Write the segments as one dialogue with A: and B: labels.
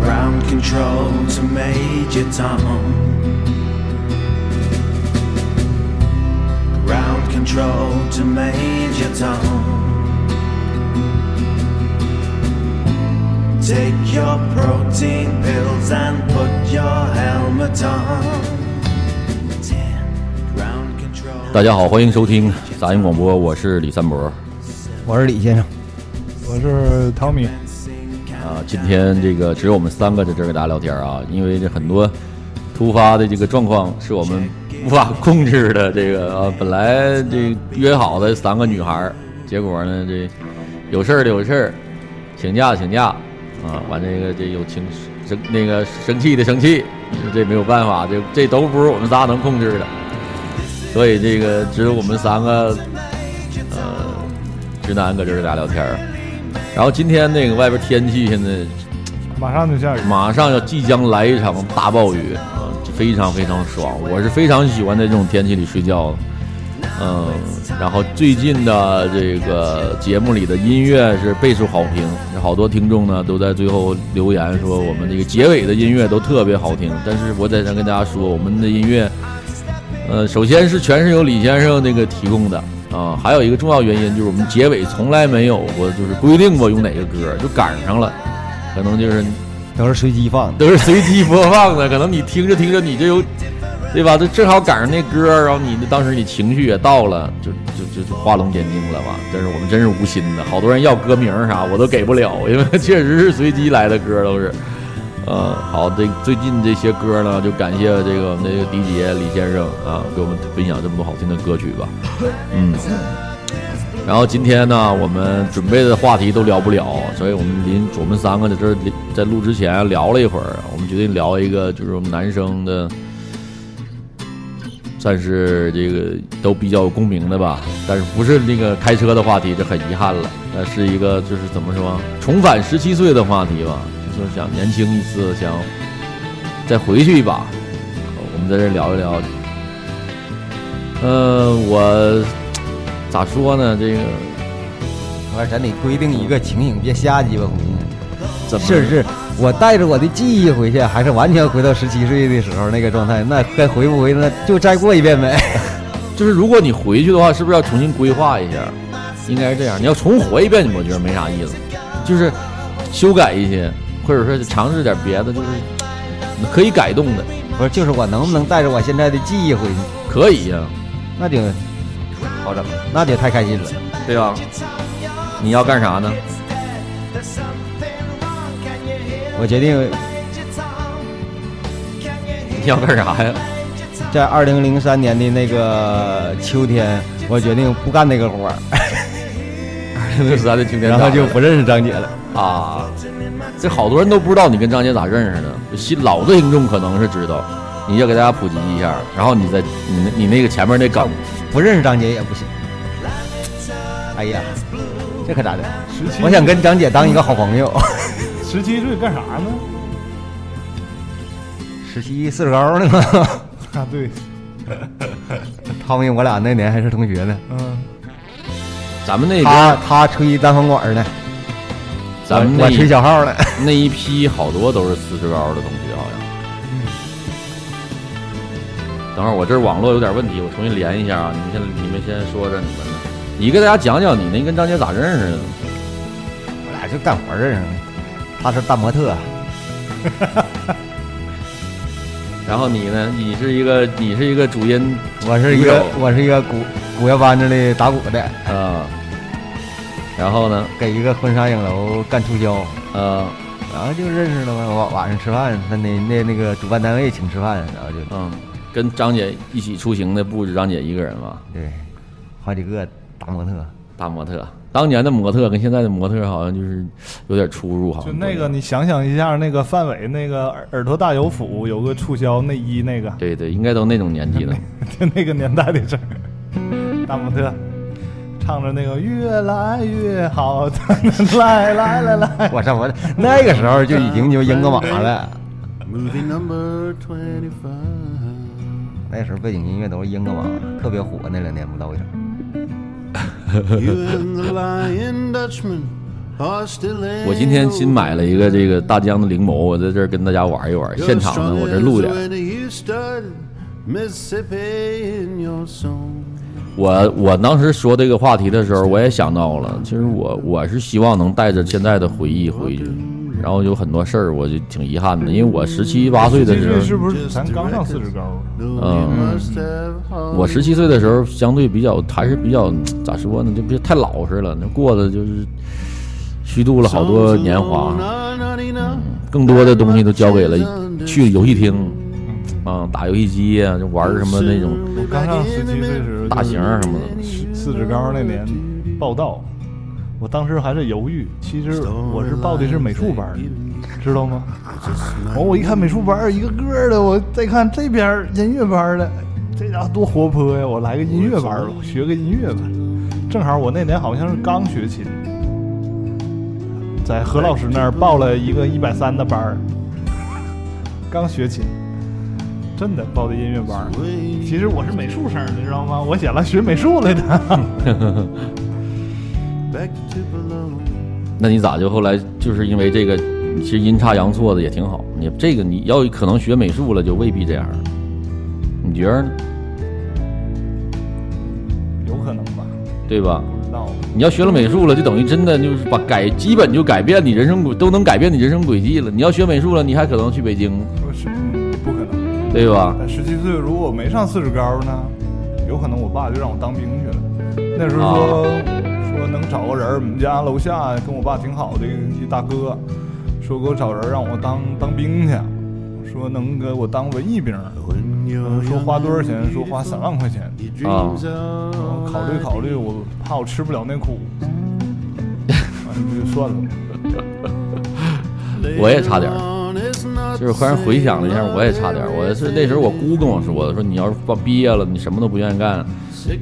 A: Ground control to Major Tom. Ground control to Major Tom. Take your protein pills and put your helmet on. Ten. Ground control.
B: 大家好，欢迎收听杂音广播，我是李三博。
C: 我是李先生，
D: 我是汤米，
B: 啊，今天这个只有我们三个在这儿给大家聊天啊，因为这很多突发的这个状况是我们无法控制的。这个啊，本来这约好的三个女孩儿，结果呢这有事儿的有事儿，请假的请假啊，完这个这有情生那个生气的生气，这没有办法，这这都不是我们仨能控制的，所以这个只有我们三个呃直男搁这儿给大家聊天儿。然后今天那个外边天气现在
D: 马上就下雨，
B: 马上要即将来一场大暴雨啊，非常非常爽。我是非常喜欢在这种天气里睡觉的。嗯，然后最近的这个节目里的音乐是备受好评，好多听众呢都在最后留言说我们这个结尾的音乐都特别好听。但是我在这跟大家说，我们的音乐，呃，首先是全是由李先生那个提供的啊，还有一个重要原因就是我们结尾从来没有过就是规定过用哪个歌，就赶上了，可能就是
C: 都是随机放的。
B: 都是随机播放的，可能你听着听着你就有，对吧？这正好赶上那歌儿，然后你当时你情绪也到了，就就就就画龙点睛了吧？但是我们真是无心的，好多人要歌名儿啥我都给不了，因为 确实是随机来的歌儿都是。呃，好，这最近这些歌呢，就感谢这个我们这个迪杰李先生啊，给我们分享这么多好听的歌曲吧。嗯，然后今天呢，我们准备的话题都聊不了，所以我们临我们三个在这儿临在录之前聊了一会儿，我们决定聊一个就是我们男生的，算是这个都比较有共鸣的吧，但是不是那个开车的话题，这很遗憾了，那是一个就是怎么说重返十七岁的话题吧，就是想年轻一次，想再回去一把，我们在这儿聊一聊。呃，我咋说呢？这个
C: 我说咱得规定一个情景，别瞎鸡巴胡。
B: 怎么
C: 是不是，我带着我的记忆回去，还是完全回到十七岁的时候那个状态？那该回不回？那就再过一遍呗。
B: 就是如果你回去的话，是不是要重新规划一下？应该是这样。你要重活一遍，我觉得没啥意思，就是修改一些，或者说尝试点别的，就是可以改动的，
C: 不是，就是我能不能带着我现在的记忆回去？
B: 可以呀、
C: 那就好整，那就太开心了。
B: 对吧？你要干啥呢？
C: 我决定
B: 你要干啥呀？
C: 在二零零三年的那个秋天，我决定不干那个活儿，
B: 实在的青天，
C: 然后就不认识张姐了。
B: 啊，这好多人都不知道你跟张杰咋认识的，新老的听众可能是知道，你要给大家普及一下，然后你再你那你那个前面那梗，
C: 不认识张姐也不行。哎呀，这可咋整？
D: 十七，
C: 我想跟张姐当一个好朋 友。
D: 十七岁干啥呢？
C: 十七四十高呢 吗？
D: 啊，对，
C: 汤米，我俩那年还是同学呢。
D: 嗯，
B: 咱们那边
C: 他他吹单簧管呢，
B: 咱们
C: 我
B: 那
C: 我吹
B: 一
C: 小号 呢。
B: 那一批好多都是四十高的同学，好像。等会儿我这儿网络有点问题，我重新连一下啊！你们先你们先说着你们的，你给大家讲讲你那跟张杰咋认识的？
C: 我俩就干活认识的，他是大模特，啊
B: 然后你呢？你是一个你是一个主音，
C: 我是一
B: 鼓
C: 个
B: 手
C: 我是一个鼓鼓乐班子里打鼓的，
B: 啊，然后呢？
C: 给一个婚纱影楼干促销，
B: 呃，
C: 然后就认识了嘛。晚晚上吃饭，他那那那个主办单位请吃饭，然后就
B: 嗯，跟张姐一起出行的不止张姐一个人吧？
C: 对，好几个大模特。
B: 大模特，当年的模特跟现在的模特好像就是有点出入，好
D: 就
B: 像
D: 那个，你想想一下，那个范伟那个耳耳朵大有福有个促销内衣那个，
B: 对对，应该都那种年纪的。
D: 就那个年代的事儿， 大模特。唱着那个越来越好， 来来来来，
C: 我上我那个时候就已经就英格玛了。
E: Movie number 25.
C: 那时候背景音乐都是英格玛，特别火那两年，不知道为啥。
E: You and the Lion Dutchman are still in
B: 我今天新买了一个这个大疆的灵眸，我在这儿跟大家玩一玩，现场呢我这录点儿。我我当时说这个话题的时候，我也想到了，其实我我是希望能带着现在的回忆回去，然后有很多事儿我就挺遗憾的，因为我十七八岁的
D: 这是
B: 时
D: 是
B: 候，
D: 不是咱刚上四十高？啊
B: 我十七岁的时候相对比较还是比较咋说呢，就别太老实了，那过得就是虚度了好多年华，更多的东西都交给了去游戏厅，啊，打游戏机啊，就玩儿什么那种
D: 我刚上十七岁的时候，
B: 大型儿什么的。
D: 四十高那年报道，我当时还在犹豫，其实我是报的是美术班儿，知道吗？完我一看美术班儿一个个的，我再看这边儿音乐班儿的，这家伙多活泼呀！我来个音乐班儿吧，学个音乐吧。正好我那年好像是刚学琴，在何老师那儿报了一个一百三的班儿，刚学琴，真的报的音乐班儿。其实我是美术生儿，你知道吗？我写了学美术 来的。
B: 那你咋就后来就是因为这个，其实阴差阳错的也挺好。你这个你要可能学美术了，就未必这样。你觉得呢？
D: 有可能吧？
B: 对吧？
D: 不知道。
B: 你要学了美术了，就等于真的就是把改，基本就改变你人生轨，都能改变你人生轨迹了。你要学美术了，你还可能去北京，啊
D: 说是嗯不可能。
B: 对吧？
D: 但十七岁如果我没上四十高呢，有可能我爸就让我当兵去了。那时候说、说能找个人儿，我们家楼下跟我爸挺好的一大哥，说给我找人让我当当兵去，说能给我当文艺兵儿，说花多少钱？说花三万块钱。
B: 啊，
D: 我考虑考虑，我怕我吃不了那苦，完了就算了。
B: 我也差点儿，就是忽然回想了一下，我也差点儿。我是那时候我姑跟我说的，说你要是毕业了，你什么都不愿意干，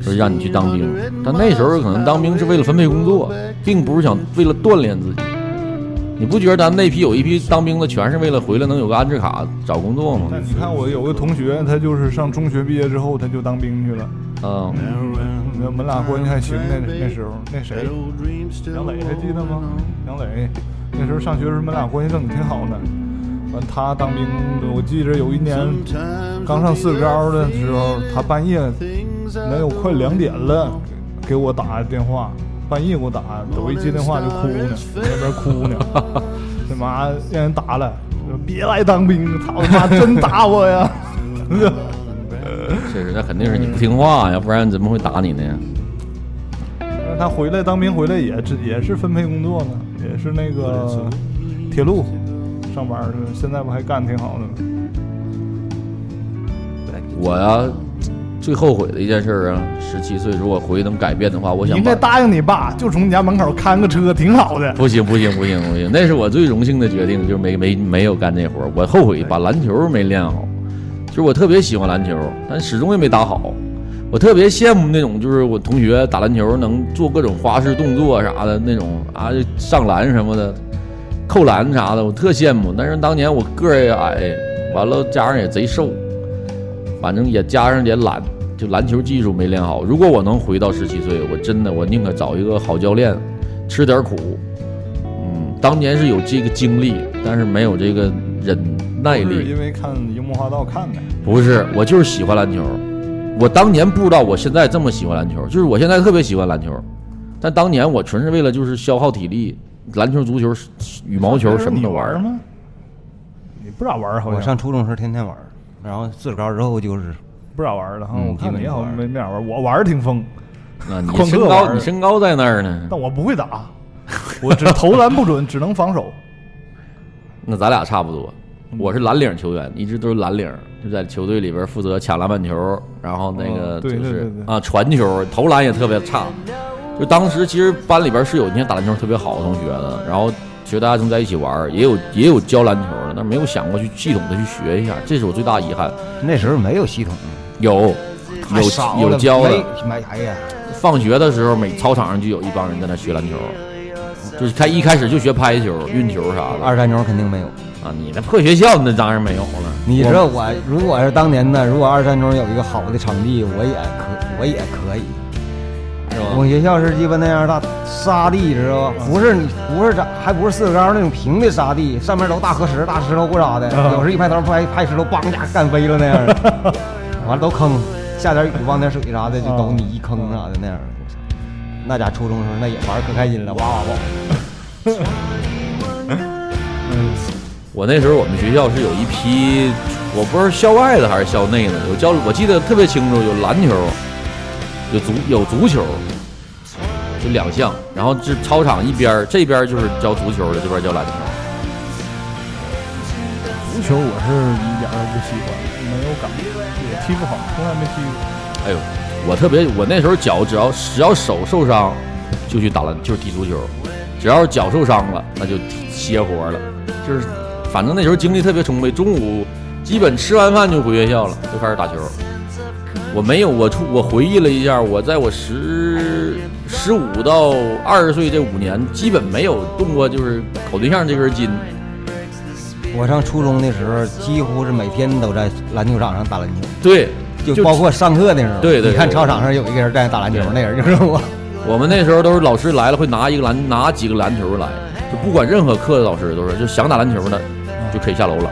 B: 说让你去当兵。但那时候可能当兵是为了分配工作，并不是想为了锻炼自己。你不觉得咱那批有一批当兵的，全是为了回来能有个安置卡找工作吗？
D: 但你看，我有个同学，他就是上中学毕业之后，他就当兵去了。
B: 嗯，
D: 我们俩关系还行，那那时候那谁，杨磊还记得吗？杨磊那时候上学的时候，我们俩关系弄得挺好的。完，他当兵，我记着有一年刚上四高的时候，他半夜能有快两点了，给我打电话，半夜给我打，我一接电话就哭呢，在那边哭呢， 他妈让人打了，别来当兵，操他妈真打我呀！
B: 确实，那肯定是你不听话，
D: 嗯
B: 要不然怎么会打你呢？
D: 那呃他回来当兵回来也是也是分配工作呢，也是那个铁路上班去，现在不还干挺好的吗？
B: 我呀、最后悔的一件事儿啊，十七岁如果回去能改变的话，我
D: 你
B: 想
D: 应该
B: 把
D: 答应你爸，就从你家门口看个车，挺好的。
B: 不行不行不行不行，那是我最荣幸的决定，就是没没没有干这活儿，我后悔把篮球没练好，就是我特别喜欢篮球，但始终也没打好。我特别羡慕那种，就是我同学打篮球能做各种花式动作啥的那种啊，上篮什么的，扣篮啥的，我特羡慕。但是当年我个儿也矮，完了加上也贼瘦，反正也加上也懒，就篮球技术没练好。如果我能回到十七岁，我真的我宁可找一个好教练，吃点苦。嗯，当年是有这个经历，但是没有这个忍耐
D: 不是
B: 力
D: 因。为看樱木花道看的，
B: 不是，我就是喜欢篮球。我当年不知道，我现在这么喜欢篮球，就是我现在特别喜欢篮球，但当年我纯是为了就是消耗体力，篮球、足球、羽毛球什么
D: 你
B: 都玩
D: 玩
B: 儿。
D: 吗？你不咋玩儿好像，
C: 我上初中时候天天玩儿，然后四十高之后就是
D: 不咋玩儿了哈。
C: 嗯
D: 我看你好像
C: 基本不玩儿
D: 没没咋玩儿，我玩儿挺疯，
B: 啊，你
D: 旷
B: 身
D: 课玩
B: 高
D: 儿
B: 你身高在那儿呢，
D: 但我不会打， 我只投篮不准，只能防 守。
B: 那咱俩差不多。
D: 嗯
B: 我是蓝领球员，一直都是蓝领，就在球队里边负责抢篮板球，然后那个就
D: 哦对
B: 是、
D: 对对对
B: 啊传球，投篮也特别差。就当时其实班里边是有那些打篮球特别好的同学的，然后其实大家从在一起玩，也有也有教篮球的，但是没有想过去系统的去学一下，这是我最大遗憾。
C: 那时候没有系统，
B: 有
C: 太少
B: 有有
C: 了
B: 教的，
C: 没没哎呀，
B: 放学的时候，每操场上就有一帮人在那学篮球，就是开一开始就学拍球、运球啥的
C: 二三中肯定没有，
B: 啊，你那破学校那当然没有了。
C: 你知道我如果是当年呢，如果二三中有一个好的场地，我也可我也可以。
B: 是
C: 我
B: 吧？嗯
C: 们学校是鸡巴那样大沙地，知道吧？不是你不是咱还不是四个高那种平的沙地，上面都大河石、大石头不咋的，
B: 嗯
D: 啊
C: 有时一拍头拍拍石头，梆一下干飞了那样的， 完了都坑，下点雨放点水啥的就都
B: 嗯
C: 泥坑啥的那样的。我操，那家初中时候那也玩可开心了，哇哇哇！
B: 我那时候我们学校是有一批，我不知道是校外的还是校内的，有教我记得特别清楚，有篮球，有足有足球，就两项。然后这操场一边儿这边儿就是教足球的，这边儿教篮球。
D: 足球我是一点儿都不喜欢，没有感觉，也踢不好，从来没踢过。
B: 哎呦，我特别，我那时候脚只要只要手受伤，就去打篮，就是踢足球；只要脚受伤了，那就踢歇活了。就是，反正那时候精力特别充沛，中午基本吃完饭就回学校了，就开始打球。我没有，我出我回忆了一下，我在我十十五到二十岁这五年，基本没有动过就是搞对象这根筋。
C: 我上初中的时候，几乎是每天都在篮球场上打篮球，
B: 对，
C: 就包括上课的时候。
B: 对对
C: 你看
B: 对
C: 操场上有一个人在那打篮球，
B: 对
C: 那人就是我。
B: 我们那时候都是老师来了会拿一个篮拿几个篮球来，就不管任何课的老师都是，就想打篮球的就可以下楼了，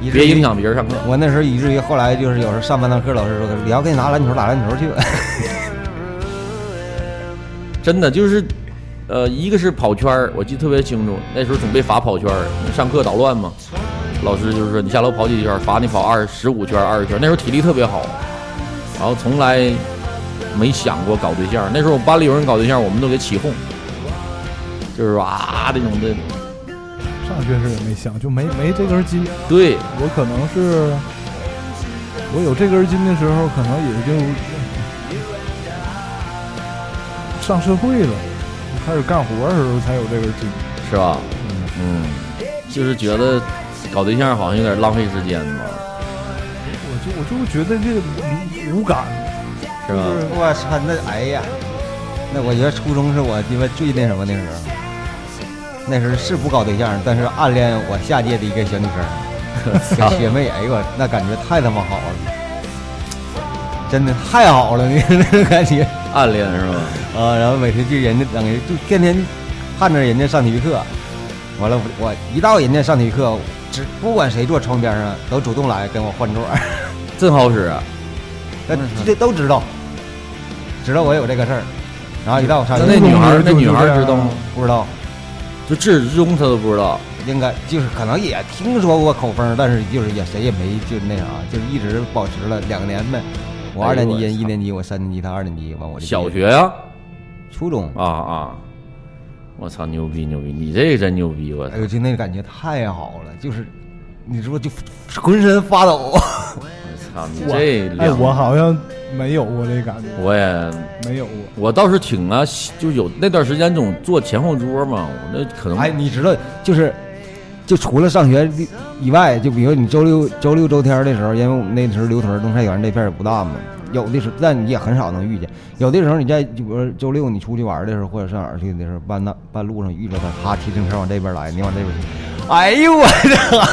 C: 以至
B: 别
C: 于
B: 影响别人上课。
C: 我那时候以至于后来就是有时候上半堂课，老师说：“李瑶，给你拿篮球打篮球去 吧。
B: 真的就是，呃，一个是跑圈儿，我记得特别清楚，那时候总被罚跑圈儿，上课捣乱嘛，老师就是说你下楼跑几圈儿，罚你跑二十五圈、二十圈儿。那时候体力特别好，然后从来没想过搞对象。那时候我们班里有人搞对象，我们都给起哄，就是说啊这种的，
D: 上学时也没想，就没没这根筋。
B: 对，
D: 我可能是我有这根筋的时候，可能也就上社会了，开始干活的时候才有这根筋。
B: 是吧？嗯，就是觉得搞对象好像有点浪费时间嘛，
D: 我就我就觉得这无无感，
B: 是吧？”
C: 我操，那哎呀，那我觉得初中是我鸡巴最那什么那时候，那时候是不搞对象，但是暗恋我下届的一个小女 生，小学妹，哎呦我那感觉太他妈好了，真的太好了，那 那感觉。
B: 暗恋是吧？
C: 啊，然后每天就人家等于就天天盼着人家上体育课，完了我我一到人家上体育课，只不管谁坐窗边上，都主动来跟我换座儿，
B: 真好使啊！
C: 那这都知道，知道我有这个事儿，然后一到我上
B: 那
C: 体
B: 那
C: 育课
B: 女孩儿，
D: 就
B: 那
D: 是
B: 女孩
D: 这
B: 儿
D: 样
B: 知道吗？
C: 不知道，
B: 就至始至终她都不知道。
C: 应该就是可能也听说过口风，但是就是也谁也没就那啥，就是一直保持了两年呗。我二年级，
B: 哎呦我
C: 人一
B: 操
C: 年级，我三年级，他二年级，完我就毕业
B: 小、学呀、
C: 初中
B: 啊，啊我操，牛逼牛逼！你这个真牛逼！我操
C: 哎，呦，就那个感觉太好了，就是你知道就浑身发抖。
B: 我操，你
D: 我
B: 这
D: 哎，
B: 两
D: 我好像没有过这感觉，
B: 我也
D: 没有过。
B: 我倒是挺啊，就有那段时间总坐前后桌嘛，我那可能
C: 哎，你知道，就是就除了上学以外，就比如你周六、周六、周天的时候，因为我们那时候刘屯儿东菜园那片儿也不大嘛，有的时候但你也很少能遇见。有的时候你在就比如说周六你出去玩的时候，或者上哪儿去的时候，半道半路上遇着他，他骑自行车往这边来，你往这边去，哎呦我操，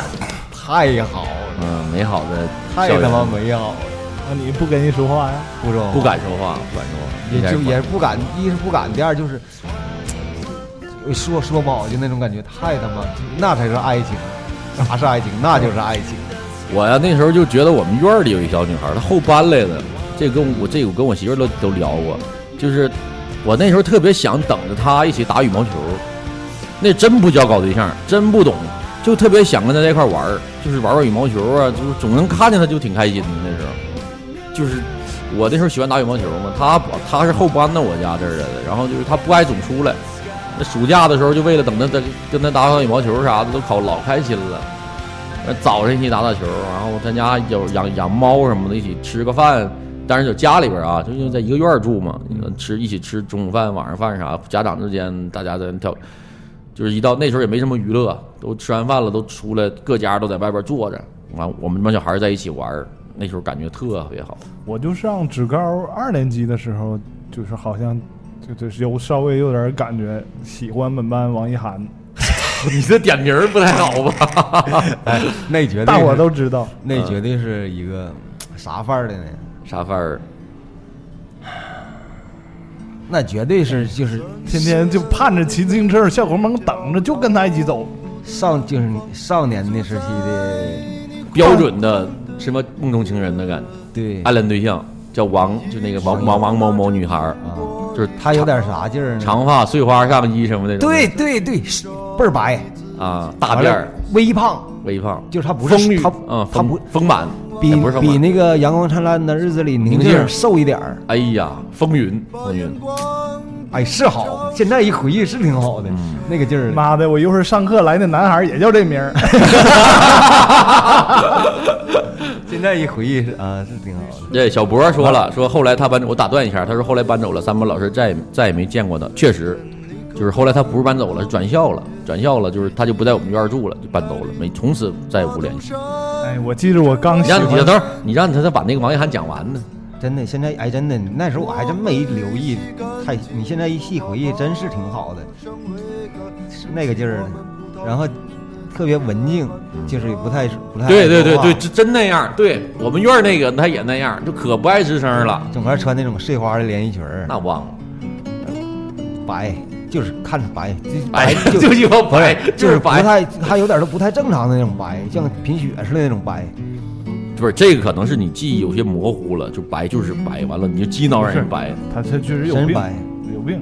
C: 太好了，
B: 嗯美好的
C: 太
B: 校
C: 他妈
B: 园
C: 美好了，
D: 那你不跟人说话呀？
C: 不中
B: 不敢说话，不敢说话，
C: 也
B: 一开
C: 就
B: 始
C: 也是不敢，一是不敢，第二就是说说不好，就那种感觉太他妈，那才是爱情，啥是爱情？那就是爱情。
B: 我呀、那时候就觉得我们院儿里有一小女孩儿，她后搬来的。这跟我这我跟我媳妇儿都都聊过，就是我那时候特别想等着她一起打羽毛球，那真不叫搞对象，真不懂，就特别想跟她在一块儿玩儿，就是玩玩羽毛球啊，就是总能看见她就挺开心的。那时候，就是我那时候喜欢打羽毛球嘛，她不她是后搬到我家这儿来的，然后就是她不爱总出来，那暑假的时候就为了等着她跟她打打羽毛球啥的，都考老开心了。早上一起打打球，然后咱家有养养猫什么的，一起吃个饭。但是就家里边啊，就因为在一个院儿住嘛，吃一起吃中午饭、晚上饭啥，家长之间大家在那跳，就是一到那时候也没什么娱乐，都吃完饭了都出来，各家都在外边坐着，完我们这帮小孩在一起玩儿，那时候感觉特别好。
D: 我就上职高二年级的时候，就是好像就就是有稍微有点感觉喜欢本班王一涵，
B: 你这点名儿不太好吧？
C: 哎，那绝对
D: 大伙
C: 是
D: 都知道。
C: 那绝对是一个啥范儿的呢？
B: 啥范儿？
C: 那绝对是就是
D: 天天就盼着骑自行车，小红门等着，就跟他一起走。
C: 上就是少年的时期的，
B: 标准的什么梦中情人的感觉？
C: 对
B: 暗恋对象叫王，就那个王王王某某女孩儿，
C: 啊，
B: 就是
C: 他有点啥劲儿呢？
B: 长发、碎花上衣什么那种的。
C: 对对对，是倍儿白，
B: 啊，大辫儿，
C: 微胖，
B: 微胖，
C: 就是他不是
B: 丰腴
C: 他
B: 啊，
C: 他
B: 丰
C: 不
B: 丰满，
C: 比
B: 也不是丰
C: 比
B: 满。
C: 那个阳光灿烂的日子里宁
B: 宁静
C: 静
B: 儿
C: 瘦一点儿，
B: 哎呀，风云风云，
C: 哎是好，现在一回忆是挺好的，那个劲儿。
D: 妈的，我一会儿上课来那男孩儿也叫这名 儿。
C: 现在一回忆是啊是挺好的，
B: 对，小博说了，说后来他搬走，我打断一下，他说后来搬走了，三班老师再也再也没见过他。确实，就是后来他不是搬走了，是转校了，转校了，就是他就不在我们院儿住了，就搬走了，没从此再也无联系。
D: 哎，我记着我刚
B: 你
D: 喜
B: 让你等
D: 欢
B: 会儿，你让他再把那个王一涵讲完呢。
C: 真的现在哎真的那时候我还真没留意，太你现在一细回忆真是挺好的，是那个劲儿的，然后特别文静，就是也不太不太
B: 对对
C: 爱说
B: 对
C: 话
B: 对，真真那样。对我们院儿那个他也那样，就可不爱吱声了。
C: 整个穿那种碎花的连衣裙儿，
B: 那忘了，
C: 白就是看着白，就
B: 哎，
C: 就
B: 就鸡巴白，
C: 就
B: 就是
C: 是不
B: 白。
C: 太，还有点都不太正常的那种白，像贫血似的那种白。
B: 不是这个，可能是你记忆有些模糊了，就白就是白，完了你就激脑让人白。
D: 他，他确实有
C: 真
D: 病
C: 白，
D: 有病，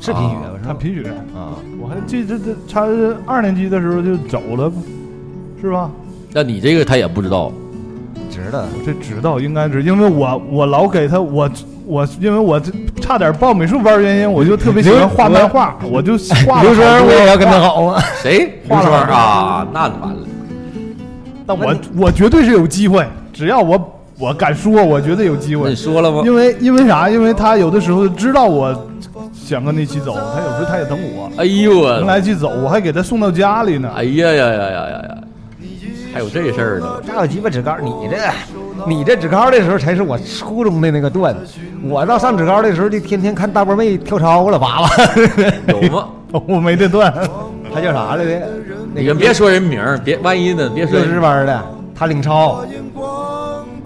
C: 是贫血吧？是
D: 他
C: 吧？
D: 贫血。
C: 啊，
D: 我还记得这他二年级的时候就走了，是吧？
B: 那你这个他也不知道，
C: 直 的，
D: 这知道应该是因为我我老给他我我因为我这差点报美术班儿原因，我就特别喜欢画漫画，我就画了
C: 刘
D: 好
C: 栓
D: 多
C: 我也要跟他好啊。
B: 谁
D: 画
B: 画
D: 了
B: 了啊？那完了，
D: 但我我绝对是有机会，只要我我敢说，我绝对有机
B: 那
D: 会
B: 你。说了吗？
D: 因为因为啥？因为他有的时候知道我想跟他一起走，他有时候他也等我，
B: 哎呦
D: 跟
B: 我，
D: 他一起走，我还给他送到家里呢。
B: 哎呀呀呀呀呀呀，还有这事儿呢？
C: 大有鸡巴职高，你这，你这职高的时候才是我初中的那个段。我到上职高的时候，就天天看大波妹跳操了，娃娃。
B: 有吗？
D: 我没这段，
C: 他叫啥来着？那
B: 你
C: 个
B: 们别说人名儿，别万一呢？别说
C: 六
B: 人
C: 十班的，他领超，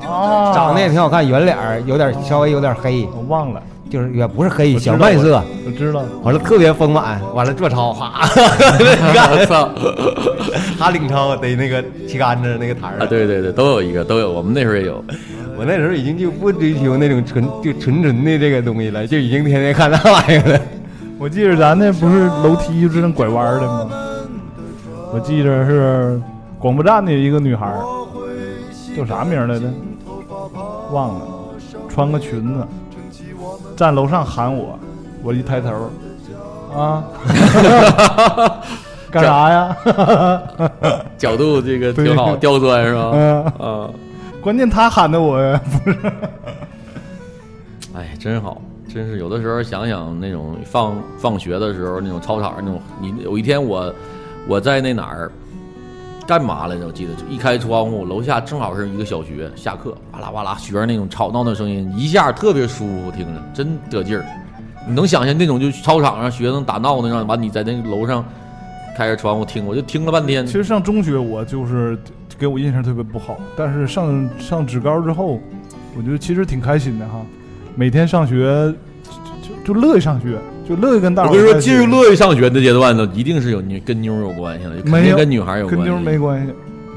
D: 啊，
C: 长得也挺好看，圆脸儿，有点稍微有点黑，
D: 我忘了，
C: 就是也不是黑，
D: 我知道
C: 小麦色。
D: 我知道。
C: 完了特别丰满，完了做操，哈， 你 看，
B: 操！
C: 他领操得那个旗杆子那个台儿
B: 啊，对对对，都有一个，都有，我们那时候也有。
C: 我那时候已经就不追求那种纯就纯纯的这个东西了，就已经天天看那玩意儿了。
D: 我记着咱那不是楼梯就是那拐弯儿的吗？我记着是广播站的一个女孩儿，叫啥名儿来着？忘了，穿个裙子，站楼上喊我，我一抬头，啊，干啥呀？
B: 角度这个挺好，
D: 对
B: 刁钻是吧？
D: 嗯
B: 啊，
D: 关键她喊的我，不是
B: 哎，真好，真是有的时候想想那种放放学的时候那种操场那种，你有一天我我在那哪儿干嘛来着？我记得就一开窗户，楼下正好是一个小学，下课哇啦哇啦学生那种吵闹的声音，一下特别舒服，听着真得劲儿。你能想象那种就操场上学生打闹那种，完你在那个楼上开着窗户听，我就听了半天
D: 其。实上中学我就是给我印象特别不好，但是上上职高之后，我觉得其实挺开心的哈，每天上学就就就乐意上学，就乐意跟大
B: 我
D: 伙
B: 跟你
D: 儿
B: 说，
D: 在一起。
B: 进入乐于上学的阶段呢，一定是有你跟妞儿有关系了，肯
D: 没
B: 定
D: 有
B: 跟女孩儿有
D: 跟
B: 关系。
D: 妞儿没关系，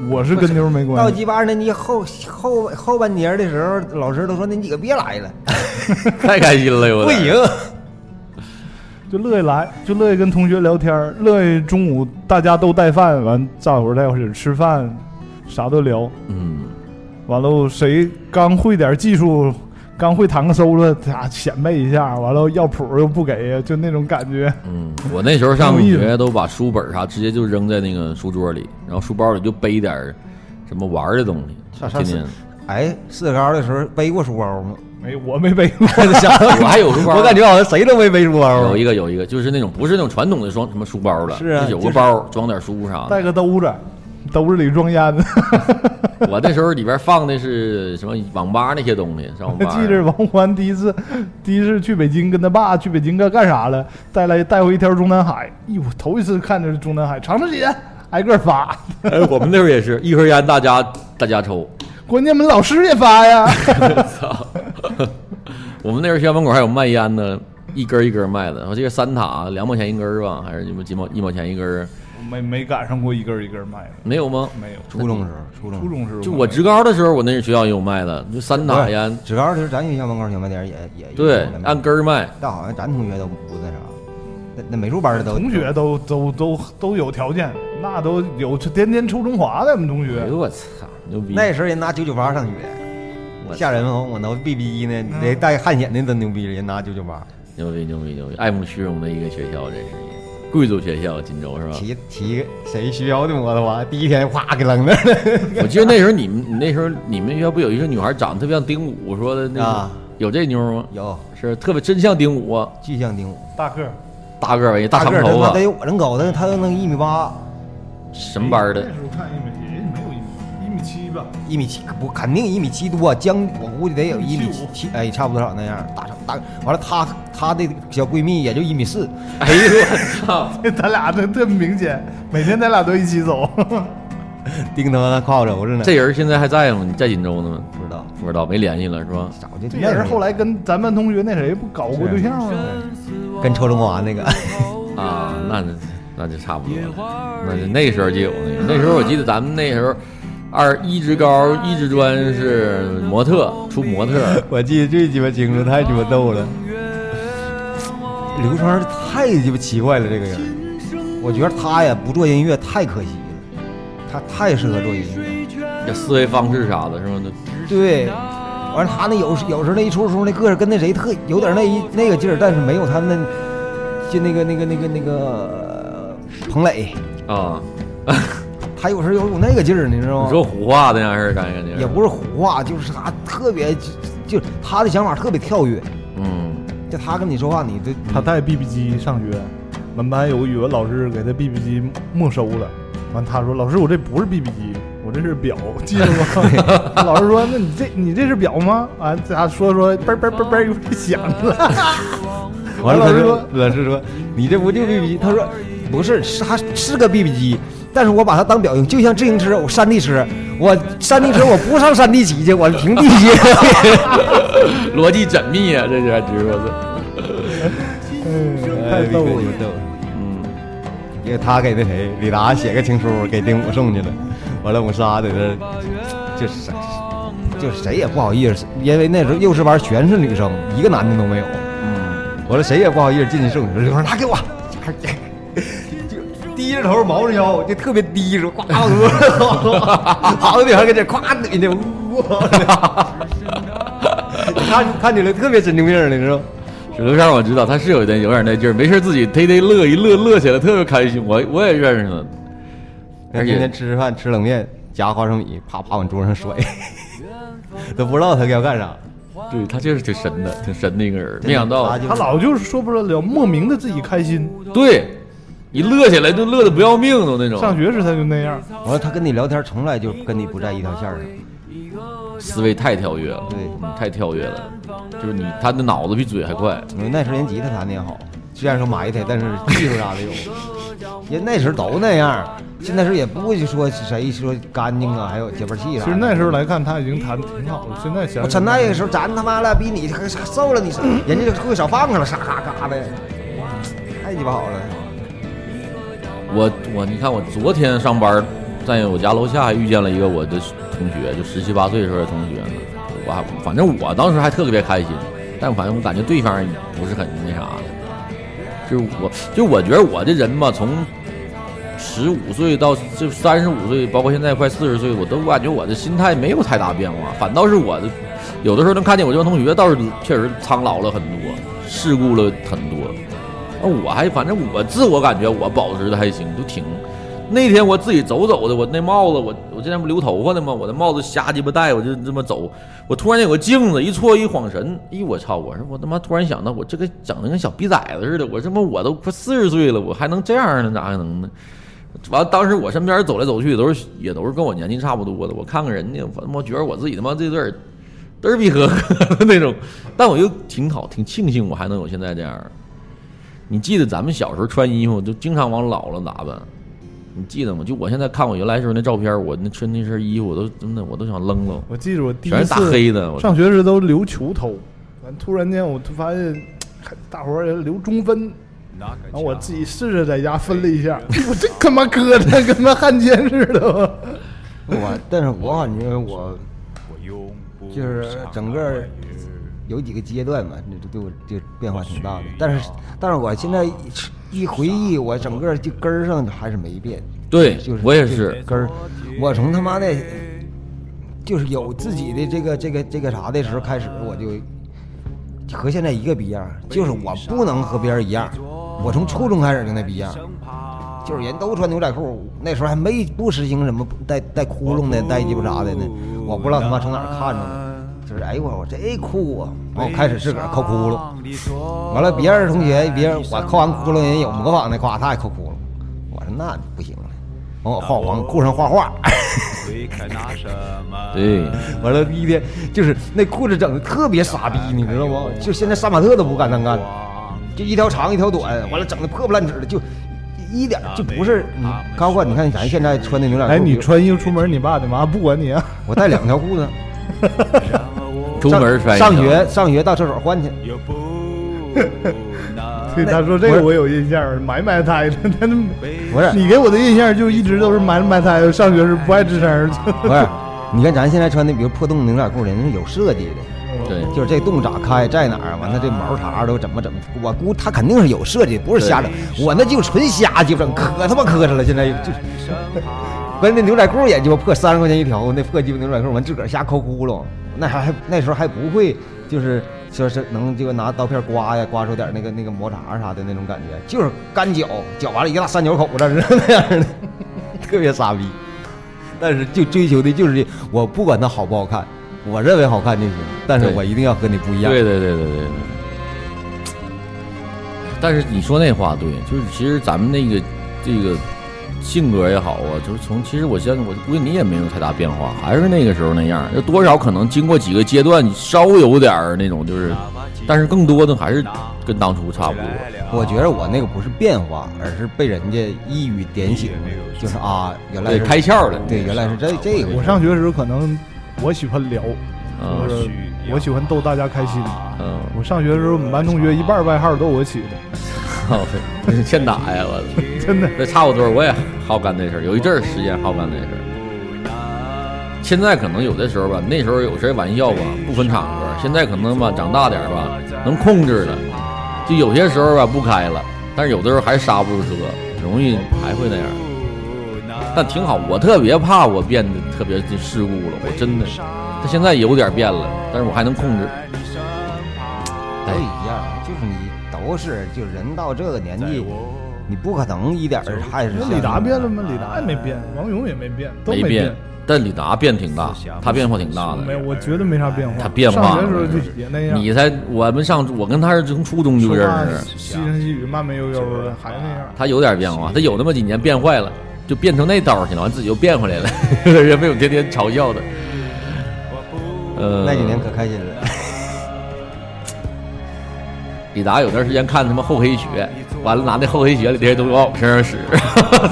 D: 我是跟妞儿没
C: 到
D: 关系。
C: 鸡巴二年级后后后半截的时候，老师都说那几个别来了，
B: 太开心了，我
C: 不行。
D: 就乐意来，就乐意跟同学聊天儿，乐意中午大家都带饭，完大伙儿在一起吃饭，啥都聊。
B: 嗯，
D: 完了，谁刚会点技术，刚会弹个 solo，他显摆一下，完了要谱儿又不给，就那种感觉。
B: 嗯，我那时候上学都把书本啥直接就扔在那个书桌里，然后书包里就背点儿什么玩儿的东西，
C: 上
B: 天
C: 上
B: 天
C: 次。哎，四高的时候背过书 包吗？
D: 没，哎我没背 过。
B: 我还有书包，
C: 我感觉好像谁都没背书包啊
B: 有。一个有一个，就是那种不是那种传统的双什么书包了，
C: 是啊
B: 就有个
C: 就是
B: 包装点书啥的。
D: 带个兜子，兜子里装 烟，
B: 我那时候里边放的是什么网吧那些东西，上网吧。
D: 记着王欢第一次，第一次去北京跟他爸去北京干干啥了？带来带回一条中南海，咦，我头一次看着中南海，尝尝鲜，挨个发。
B: 哎，我们那时候也是一盒烟，大家大家抽。
D: 关键我们老师也发呀，
B: 操！ 我们那时候学校门口还有卖烟的，一根一根卖的。我记得三塔两毛钱一根儿吧，还是你们几毛一毛钱一根儿？
D: 我 没没赶上过一根儿一根儿卖的，
B: 没有吗？
D: 没有。
C: 初中时候，初中
D: 初中时候
B: 就我职高的时候，我那学校也有卖的，就三塔烟，
C: 只要是咱学校门口小卖店也也
B: 对，按根儿卖。
C: 但好像咱同学都不那啥，那那美术班的都
D: 同学都都都都有条件，那都有天天抽中华的我们同
B: 哎
D: 学
B: 呦，我操，牛逼！
C: 那时候人拿九九八上学，
B: 我操嗯
C: 吓人吗？我都 B B 呢，得带汗显的真牛逼，人拿九九八，
B: 牛逼牛逼牛逼！爱慕虚荣的一个学校，这是一个贵族学校，锦州是吧？
C: 骑骑谁需要的摩托吧，第一天哗给扔那儿 了。
B: 我记得那时候你们，你那时候你们学校不有一个女孩长得特别像丁武说的那个
C: 啊，
B: 有这妞吗？
C: 有
B: 是特别真像丁武啊，
C: 巨像丁武，
D: 大个儿。
B: 大个儿吧一
C: 大
B: 长
C: 个儿他
B: 头啊
C: 妈得
B: 发，
C: 有我人高，但是他都能一米八，
B: 什么班儿的
D: 哎那？时候看一米，也没有一米，一米七吧。
C: 一米七不肯定一米七多，将我估计得有一米
D: 一米
C: 七，哎，差不多少那样，大长大。完了，她她的小闺蜜也就一米四，
B: 哎呦我操！
D: 咱俩这特明显，每天咱俩都一起走。
C: 叮他妈挎我轴子呢，
B: 这人现在还在吗？你在锦州呢吗？
C: 不知道
B: 不知道，没联系了是吧？
C: 早就
D: 这人后来跟咱班同学那谁不搞过对象吗？
C: 跟抽中华那个，
B: 啊，那就那就差不多了，那就那时候就有那个。那时候我记得咱们那时候二一职高一职专是模特出模特儿，
C: 我记得最鸡巴清楚，太鸡巴逗了。刘川太鸡巴奇怪了，这个人，我觉得他呀不做音乐太可惜了，他太适合做音乐。
B: 这思维方式啥的，是吧？那
C: 对，完了他那有时有时候那一出出那个儿跟那谁特有点那一那个劲儿，但是没有他那就那个那个那个那个呃彭磊，
B: 啊，
C: 他有时候有股那个劲儿，你知道吗？
B: 你说胡话那样式儿感觉
C: 也不是胡话，就是他特别就就他的想法特别跳跃，
B: 嗯，
C: 就他跟你说话，你这
D: 他带 BB 机上学，门班有个语文老师给他 BB 机没收了。完，他说：“老师，我这不是 BB 机，我这是表，记得吗？” 老师说：“那你这你这是表吗？”完，他 说说，嘣嘣嘣嘣，有点响了。
C: 完了，
D: 老
C: 他
D: 师
C: 说
D: 说，
C: 老师说，你这不就 BB 机？他说不是，是它是个 BB 机，但是我把它当表用，就像自行车，我山地车，我山地车我不上山地骑去，我平地骑。
B: 逻辑缜密啊，这是直说是，
D: 太逗了。
B: 嗯，
C: 因为他给那谁李达写个情书给丁武送去了，完了我仨在这，就是就是谁也不好意思，因为那时候幼师班全是女生，一个男的都没有。完了谁也不好意思进去送女生，就说拿给我，就低着头毛着腰，就特别低着，呱往桌上，好多女孩跟这夸怼呢，呜，看看起来特别神经病的，你知道吗？
B: 水头山我知道他是有点有点那劲儿，没事儿自己忒忒乐一乐，乐起来特别开心。我我也认识他，而且
C: 今天吃饭吃冷面夹花生米，啪啪往桌上甩， 都不知道他要干啥。
B: 对他就是挺神的，挺神的一个人儿。没想到
C: 他就
D: 他老就是说不了，莫名的自己开心。
B: 对，一乐起来就乐得不要命都那种，
D: 上学时他就那样，
C: 完了，他跟你聊天从来就跟你不在一条线上。
B: 思维太跳跃了，
C: 对
B: 嗯，太跳跃了，就是你他的脑子比嘴还快，
C: 因为那时候人吉他弹的也好，虽然说埋汰，但是技术啥的有。人那时候都那样，现在时候也不会说谁说干净啊，还有节拍器啥的。
D: 其实那时候来看他已经弹的挺好了。现在想
C: 我操，那个时候咱他妈了比你还瘦了，你是人家就会小放克了，啥嘎嘎的，太鸡巴好了。
B: 我我你看我昨天上班，在我家楼下还遇见了一个我的同学，就十七八岁时候的同学呢。我还反正我当时还特别开心，但反正我感觉对方不是很那啥的，就是我就我觉得我这人吧，从十五岁到就三十五岁，包括现在快四十岁，我都感觉我的心态没有太大变化，反倒是我的有的时候能看见我这帮同学倒是确实苍老了很多，世故了很多。那我还反正我自我感觉我保持的还行，就挺。那天我自己走走的，我那帽子，我我之前不留头发呢吗？我的帽子瞎鸡巴戴，我就这么走。我突然间有个镜子，一错一晃神，咦，我操！我说我他妈突然想到，我这个整的跟小逼崽子似的，我他妈我都快四十岁了，我还能这样呢？咋还能呢？完，当时我身边走来走去都是也都是跟我年纪差不多的，我看看人家，我他妈觉得我自己他妈这有点儿嘚儿逼呵呵的那种，但我又挺好，挺庆幸我还能有现在这样儿。你记得咱们小时候穿衣服就经常往老了打扮，你记得吗？就我现在看我原来时候那照片，我那穿那身衣服，我都真的我都想扔了。
D: 我记着我第一
B: 全
D: 次
B: 是大黑的我
D: 上学时都留球头，完突然间我突发现，看大伙儿也留中分，然后我自己试着在家分了一下，我这他妈疙瘩跟他妈汉奸似的。
C: 我，但是我感觉我就是整个有几个阶段吧，那就对我就变化挺大的。但是，但是我现在一回忆，我整个就根儿上还是没变。
B: 对
C: 就是
B: 我也
C: 这
B: 是，
C: 根儿。我从他妈的，就是有自己的这个这个这个啥的时候开始，我就和现在一个逼样儿，就是我不能和别人一样。我从初中开始就那逼样儿，就是人都穿牛仔裤，那时候还没不实行什么带带窟窿的、带鸡巴啥的呢。我不知道他妈从哪儿看着的，就是哎呦我这酷啊！完我开始自个儿抠窟窿，完了别人同学别人我抠完窟窿，人有模仿的夸他也抠窟窿，我说那不行了。完我画我裤上画 画，
B: 对，
C: 完了第一天就是那裤子整的特别傻逼，你知道吗？就现在杀马特都不敢那么干，就一条长一条短，完了整的破不烂纸的，就一点就不是你高冠，你看咱现在穿的牛仔裤，
D: 哎，你穿衣服出门，你爸你妈不管你啊？
C: 我带两条裤子，
B: 出门穿一
C: 上
B: 条
C: 学上学到厕所换去，
D: 对，他说这个我有印象，埋埋汰的。他那
C: 不是
D: 你给我的印象就一直都是埋埋汰的，上学时不爱吱声儿。
C: 不是，你看咱现在穿的，比如破洞牛仔裤，人是有设计的，
B: 对，
C: 就是这洞咋开，在哪儿，完了这毛茬儿都怎么怎么，我估他肯定是有设计，不是瞎整，我那就纯瞎鸡巴整，可他妈磕碜了，现在就。关键那牛仔裤也鸡巴破三十块钱一条，那破鸡巴牛仔裤完自个儿瞎抠窟窿，那还还那时候还不会，就是说是能鸡巴拿刀片刮呀，刮出点那个那个摩擦啥的那种感觉，就是干绞，绞完了一个大三角口子是那样的， 特别傻逼。但是就追求的就是这，我不管它好不好看，我认为好看就行，但是
B: 对
C: 我一定要和你不一样。
B: 对对对对对对。但是你说那话对，就是其实咱们那个这个性格也好啊，就是从其实我现在我估计你也没有太大变化，还是那个时候那样儿，就多少可能经过几个阶段，你稍微有点儿那种就是，但是更多的还是跟当初差不多。
C: 我觉得我那个不是变化，而是被人家一语点醒，就是啊，原来
B: 对
C: 是
B: 开窍了
C: 对，原来是这这个。
D: 我上学时候可能我喜欢聊，
B: 啊
D: 就是我喜欢逗大家开心。
B: 嗯，
D: 我上学的时候，我们班同学一半外号都我起的，
B: 好，欠哦打呀！我操
D: 真的。
B: 这差不多，我也好干这事儿，有一阵儿时间好干这事儿。现在可能有的时候吧，那时候有谁玩笑吧，不分场合。现在可能吧，长大点儿吧，能控制了。就有些时候吧，不开了，但是有的时候还刹不住车，容易还会那样。但挺好，我特别怕我变得特别世故了，我真的。但现在有点变了，但是我还能控制。
C: 都一样，哎就是你都是，就是人到这个年纪，你不可能一点儿还是
D: 那
C: 像
D: 李达变了吗？李达也没变，王勇也没变，都
B: 没
D: 变。
B: 但李达变挺大，他变化挺大的。
D: 没有，我觉得没啥变化。
B: 他变化
D: 上学
B: 了
D: 时候就也那样，
B: 你才我们上我跟他是从初中就
D: 说
B: 认
D: 话
B: 识，啊
D: 细声细语，慢慢悠悠的，还那样。
B: 他有点变化，他有那么几年变坏了，就变成那道儿去了，完自己又变回来了， 人没有天天嘲笑他。呃，
C: 那几年可开心了。
B: 李达有段时间看他妈厚黑学，完了拿那厚黑学里这些东西往我身上使，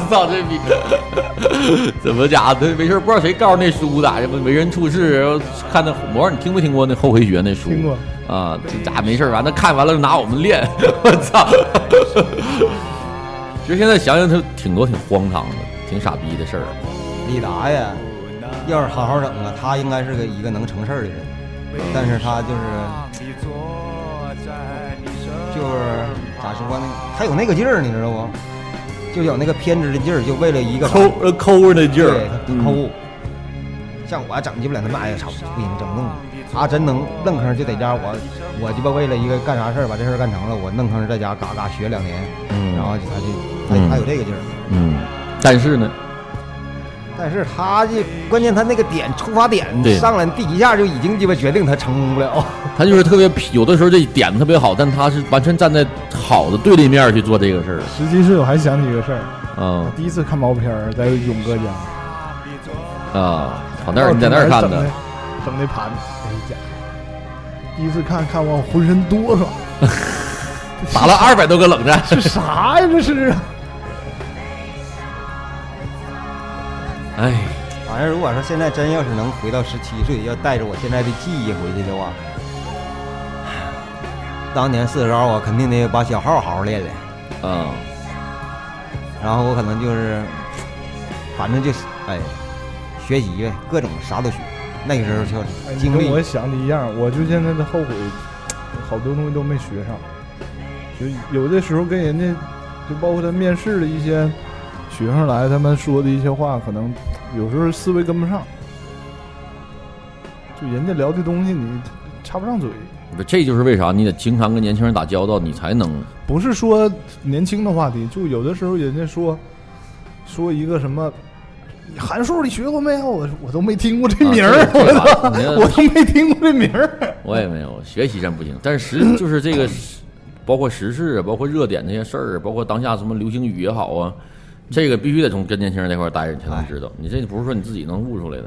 B: 操这逼！ 怎么家伙？他没事儿不知道谁告诉那书的，什么为人处事，然后看那我不知道你听没听过那厚黑学那书？
D: 听过
B: 啊，这家伙没事儿完了看完了就拿我们练， 我操！其实现在想想，他挺多挺荒唐的，挺傻逼的事儿。
C: 李达呀，要是好好整啊，他应该是个一个能成事儿的人，但是他就是，就是咋说呢？他有那个劲儿，你知道不？就有那个偏执的劲儿，就为了一个
B: 抠呃抠着那劲儿嗯
C: 对，，他抠。像我整鸡巴两他妈，哎呀操，不行，整不动。他真能愣坑就在家，我我鸡巴为了一个干啥事儿把这事儿干成了，我愣坑在家嘎嘎学两年，
B: 嗯
C: 然后他就
B: 嗯
C: 他他有这个劲儿，
B: 嗯，但是呢，
C: 但是他这关键他那个点出发点
B: 对
C: 上来第一下就已经鸡巴决定他成功不了。
B: 他就是特别有的时候这点特别好，但他是完全站在好的对立面去做这个事儿
D: 实际是我还想起一个事儿，
B: 啊
D: 第一次看毛片儿在勇哥家，
B: 啊！跑那儿你在那儿看的
D: 整那？整那盘，哎呀，第一次看看我浑身哆嗦，
B: 打了二百多个冷战，
D: 这啥呀？这是
B: 哎，
C: 反正如果说现在真要是能回到十七岁，要带着我现在的记忆回去的话，当年四十高我肯定得把小号好好练练，
B: 啊，
C: 然后我可能就是，反正就是哎，学习呗，各种啥都学。那个时候就
D: 哎你
C: 经
D: 跟
C: 历
D: 我想的一样，我就现在的后悔，好多东西都没学上，就有的时候跟人家，就包括他面试的一些学生来，他们说的一些话，可能有时候思维跟不上，就人家聊的东西你插不上嘴。
B: 这就是为啥你得经常跟年轻人打交道，你才能
D: 不是说年轻的话题，就有的时候人家说说一个什么函数，你学过没有？我我都没听过这名儿，
B: 啊这个这个吧你看
D: 我都我都没听过这名儿。
B: 我也没有学习真不行，但是实就是这个，包括时事啊，包括热点这些事儿，包括当下什么流行语也好啊，这个必须得从跟年轻人那块儿待着你才能知道。你这不是说你自己能悟出来的。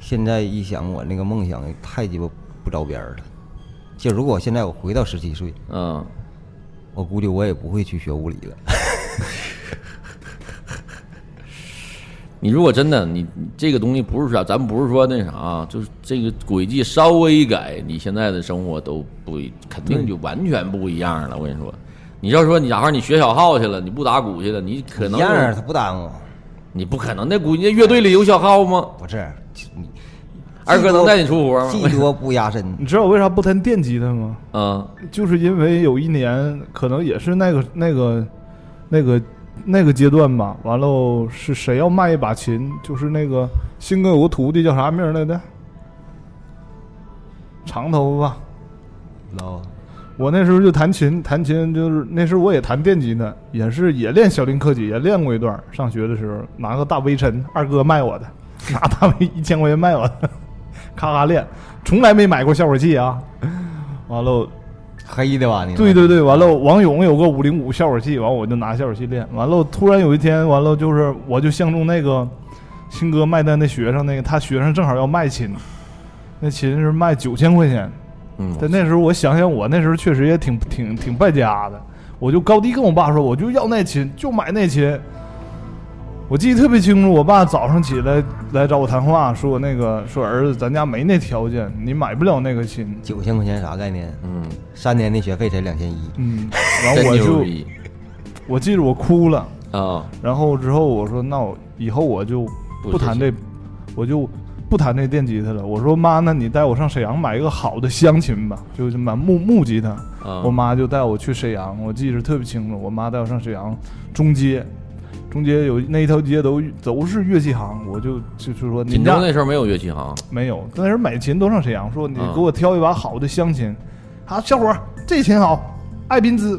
C: 现在一想，我那个梦想太鸡巴不着边儿了。就如果我现在我回到十七岁，
B: 嗯，
C: 我估计我也不会去学物理了。
B: 你如果真的你你这个东西不是说咱不是说那啥啊，就是这个轨迹稍微一改，你现在的生活都不一肯定就完全不一样了。我跟你说，你要说你假如你学小号去了，你不打鼓去了，你 可
C: 一
B: 能
C: 样儿他不耽误，
B: 你不可能那鼓那乐队里有小号吗？
C: 不是你
B: 二哥能带你出活吗？
C: 技多不压身。
D: 你知道我为啥不弹电吉他吗？
B: 嗯。
D: 就是因为有一年，可能也是那个那个那个那个阶段吧。完喽，是谁要卖一把琴？就是那个新哥有个徒弟叫啥名儿来的？长头发。
C: 老
D: 我那时候就弹琴，弹琴就是那时候我也弹电吉他，也是也练小林克己，也练过一段儿。上学的时候拿个大微尘，二哥卖我的， 拿大微一千块钱卖我的，咔咔练，从来没买过效果器啊。完了，
C: 黑的吧？你
D: 对对对，完了，王勇有个五零五效果器，完我就拿效果器练。完了，突然有一天，完了就是我就相中那个新哥卖单的学生，那个他学生正好要卖琴，那琴是卖九千块钱。
B: 嗯，
D: 但那时候我想想，我那时候确实也挺挺挺败家的，我就高低跟我爸说，我就要那琴，就买那琴。我记得特别清楚，我爸早上起来来找我谈话，说那个说儿子，咱家没那条件，你买不了那个琴。
C: 九千块钱啥概念？
B: 嗯，
C: 三年的学费才两千一，
D: 嗯，然
B: 真
D: 后我
B: 牛
D: 就
B: 逼
D: 我记得我哭了，
B: 啊！
D: 然后之后我说那我以后我就不弹这，我就不弹这电吉他了。我说妈，那你带我上沈阳买一个好的乡琴吧，就是买木木吉他。
B: 啊
D: 我妈就带我去沈阳，我记得特别清楚，我妈带我上沈阳中街。中街有那一条街都都是乐器行，我就就是说您
B: 锦
D: 家
B: 州那时候没有乐器行，
D: 没有，但是买琴都上沈阳，说你
B: 啊
D: 给我挑一把好的乡琴。啊，小伙儿，这琴好，艾宾兹，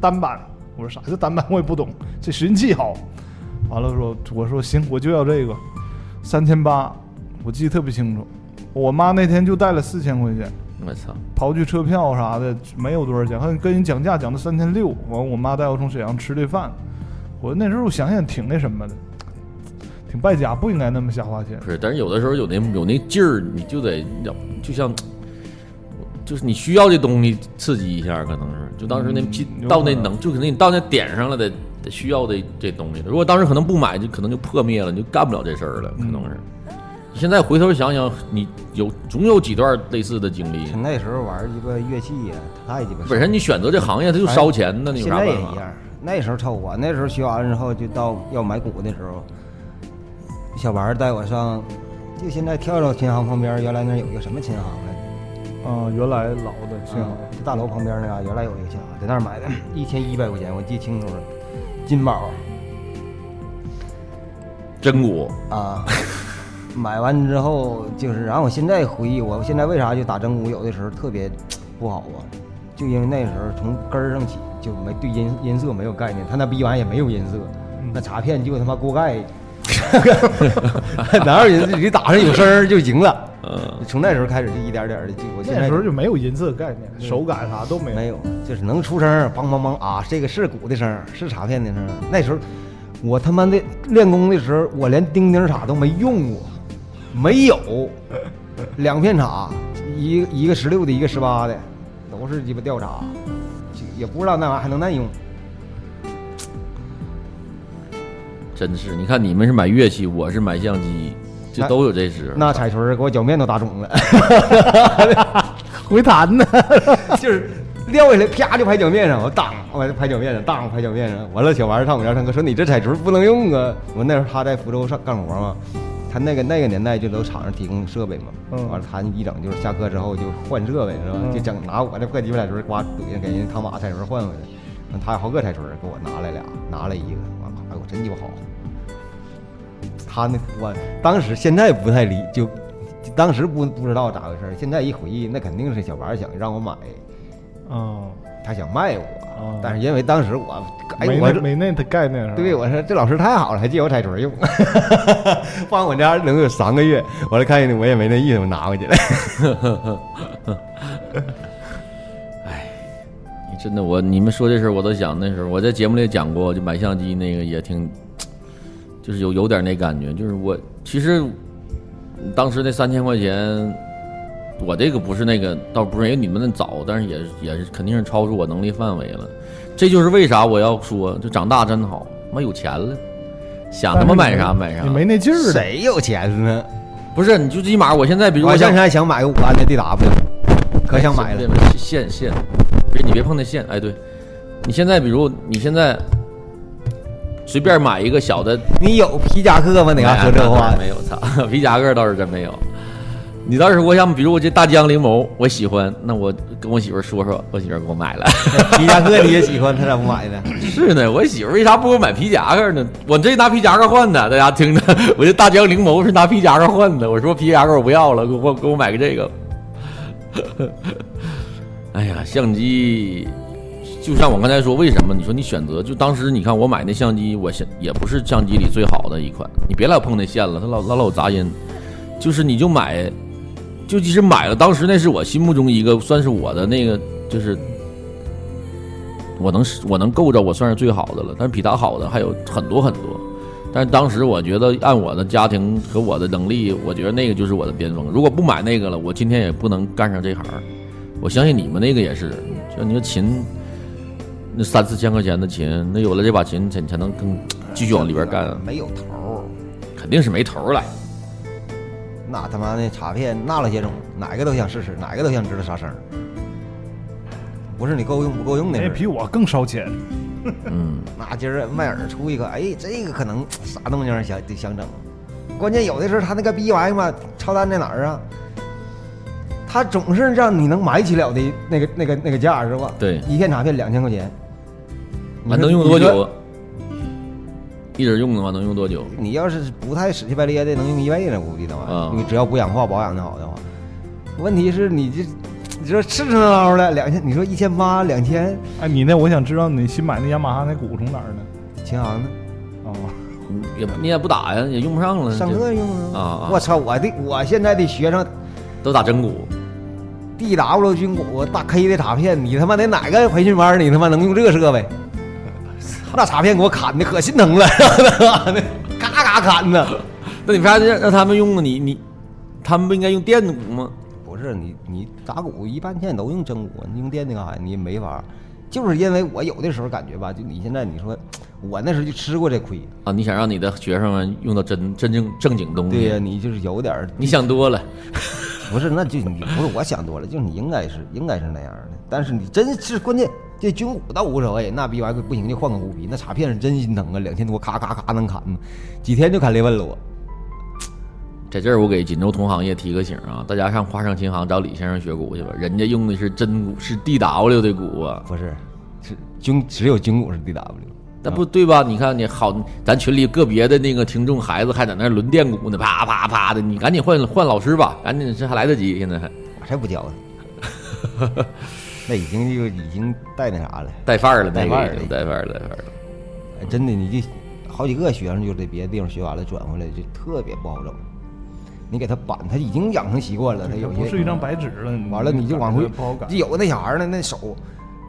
D: 单板。我说啥叫单板，我也不懂。这拾音器好。完了说，我说行，我就要这个，三千八，我记得特别清楚。我妈那天就带了四千块钱，
B: 我操！
D: 刨去车票啥的，没有多少钱，还跟人讲价讲到三千六。完，我妈带我从沈阳吃顿饭，我那时候想想挺那什么的，挺败家，不应该那么瞎花钱。
B: 不是，但是有的时候有那有那劲儿，你就得要，就像，就是你需要这东西刺激一下，可能是就当时
C: 嗯
B: 那劲、
D: 有
B: 到
D: 可
B: 那
D: 能
B: 能，就可能你到那点上了得得需要的这东西了。如果当时可能不买，就可能就破灭了，你就干不了这事儿了，可能是。你现在回头想想，你有总有几段类似的经历。
C: 他那时候玩鸡巴乐器呀，太鸡巴。
B: 嗯本身你选择这行业，它就烧钱呢，你有
C: 哎现
B: 啥
C: 在
B: 办
C: 也
B: 法
C: 一？样。那时候凑合，那时候学完之后就到要买鼓的时候，小王带我上，就现在跳蚤琴行旁边，原来那儿有一个什么琴行来着？
D: 啊，原来老的幸
C: 啊
D: 好，
C: 就大楼旁边那嘎、原来有一个琴啊行，在那儿买的，一千一百块钱，我记清楚了，金宝
B: 真鼓
C: 啊。买完之后就是，然后我现在回忆，我现在为啥就打真鼓有的时候特别不好啊？就因为那时候从根儿上起就没对音音色没有概念，他那逼玩意也没有音色，那镲片就他妈锅盖 哪有人你打上有声儿就赢了？
B: 嗯，
C: 从那时候开始就一点点的进步。现
D: 那
C: 在
D: 时候就没有音色概念，手感啥都没
C: 没
D: 有。
C: 有，就是能出声儿，梆梆梆啊，这个是鼓的声儿，是镲片的声儿。那时候我他妈的练功的时候，我连钉钉镲都没用过，没有，两片镲，一一个十六的，一个十八的，都是鸡巴吊镲，就也不知道那玩意儿还能耐用。
B: 真是，你看你们是买乐器，我是买相机，这
C: 那
B: 都有这时。
C: 那彩锤儿给我脚面都打肿了。
F: 回弹呢？
C: 就是撂下来，啪就拍脚面上，我当，我就拍脚面上，当拍脚面上。完了，小王上我家上课说你这彩锤不能用啊。我那时候他在福州上干活嘛，他那个那个年代就都厂上提供设备嘛。
D: 嗯
C: 完了，他一整就是下课之后就换设备是吧？
D: 嗯
C: 就整拿我这破鸡巴彩锤，呱怼下给人汤马彩锤换回来。完他有好个彩锤给我拿来俩，拿来一个，完了，哎我真鸡巴好。他那我当时现在不太理，就就当时不不知道咋回事儿现在一回忆，那肯定是小王想让我买。
D: 嗯，
C: 他想卖
D: 哦
C: 我，但是因为当时我，哎，
D: 没
C: 我
D: 那
C: 这
D: 没那的概念是吧？
C: 对我说这老师太好了，还借我彩锤用， 放我家能有三个月，完了看见我也没那意思，我拿回去了。
B: 真的，我你们说这事儿我都想那时候我在节目里也讲过，就买相机那个也挺，就是有有点那感觉，就是我其实当时那三千块钱，我这个不是那个，倒不是因为你们那早，但是也也是肯定是超出我能力范围了。这就是为啥我要说，就长大真好，妈有钱了，想他妈买啥买啥。
D: 你没那劲儿的。
C: 谁有钱呢？
B: 不是，你就最起码我现在，比如
C: 我
B: 我想
C: 现在想买个五万的 DW，可想买了。
B: 了。线线，别你别碰那线。哎，对，你现在比如你现在随便买一个小的，
C: 你有皮夹克吗？你还说这话？
B: 没有，操，皮夹克倒是真没有。你倒是我想，比如我这大疆灵眸，我喜欢，那我跟我媳妇儿说说，我媳妇儿给我买了。
C: 皮夹克你也喜欢，他咋不 买呢？
B: 是呢，我媳妇儿为啥不给我买皮夹克呢？我这拿皮夹克换的，大家听着， 我这大疆灵眸是拿皮夹克换的。我说皮夹克我不要了，给我给我买个这个。 哎呀，相机就像我刚才说，为什么你说你选择就当时你看我买那相机，我现也不是相机里最好的一款，你别老碰那线了，它老老老有杂音。就是你就买，就即使买了，当时那是我心目中一个算是我的那个，就是我能我能够着我算是最好的了，但是比他好的还有很多很多。但是当时我觉得，按我的家庭和我的能力，我觉得那个就是我的巅峰。如果不买那个了，我今天也不能干上这行儿。我相信你们那个也是，就你说琴，那三四千块钱的琴，那有了这把琴，才才能更继续往里边干啊，
C: 没有头儿，
B: 肯定是没头儿来。
C: 那他妈那卡片那了些种，哪个都想试试，哪个都想知道啥声儿。不是你够用不够用的事
D: 那
C: 儿。
D: 比我更烧钱，
B: 嗯，
C: 那今儿迈尔出一个，哎，这个可能啥动静儿想得想整。关键有的时候他那个逼玩意儿嘛，超单在哪儿啊？他总是让你能买起了的那个那个那个价是吧？
B: 对
C: 一片卡片两千块钱，你
B: 完能
C: 说
B: 用多？
C: 你说
B: 久？啊一直用的话能用多久？
C: 你要是不太死气白咧的，能用一辈子估计的
B: 啊
C: 玩意儿。你只要不氧化保养的好的话，问题是你这你说赤赤闹闹的两千，你说一千八两千，
D: 哎，你那我想知道你新买那雅马哈那鼓从哪儿呢？
C: 琴行呢？
D: 哦，
B: 也不你也不打呀，也用不上了。
C: 上
B: 这
C: 课用
B: 嗯啊啊
C: 我操，我的我现在的学生
B: 都打真鼓，
C: D W 军鼓大 K 的卡片，你他妈得哪个培训班儿你他妈能用这个设备？那卡片给我砍的可心疼了， 嘎嘎砍呢。
B: 那你为啥让让他们用啊？你你，他们不应该用电鼓吗？
C: 不是你你打鼓一般现在都用真鼓，你用电的干啥呀？你也没法儿，就是因为我有的时候感觉吧，就你现在你说，我那时候就吃过这亏。
B: 啊，你想让你的学生们用到真真正正经东西？
C: 对呀、你就是有点儿
B: 你想多了。
C: 不是，那就你不是我想多了，就是你应该是应该是那样的。但是你真是关键，这军鼓倒无所谓，那逼玩意儿不行就换个鼓皮，那卡片是真心疼啊，两千多咔咔咔能砍呢，几天就砍裂纹了我。
B: 在这儿，我给锦州同行业提个醒啊，大家上花上琴行找李先生学鼓去吧，人家用的是真鼓，是 DW 的鼓啊，
C: 不是，是军只有军鼓是 DW，
B: 那不对吧？你看你好，咱群里个别的那个听众孩子还在那儿轮电鼓呢，啪啪啪的，你赶紧换换老师吧，赶紧这还来得及，现 在还
C: 我才不教呢。那已经就已经带那啥了，
B: 带范儿了，那
C: 带范儿
B: 个
C: 了
B: 已经带范儿了，带范儿了。
C: 哎真的你就好几个学生就在别的地方学完了转回来，就特别不好整。你给他板，他已经养成习惯了，他有些
D: 不是一张白纸了。
C: 哎完了你就往回
D: 嗯不好赶，，
C: 有那小孩儿呢，那手，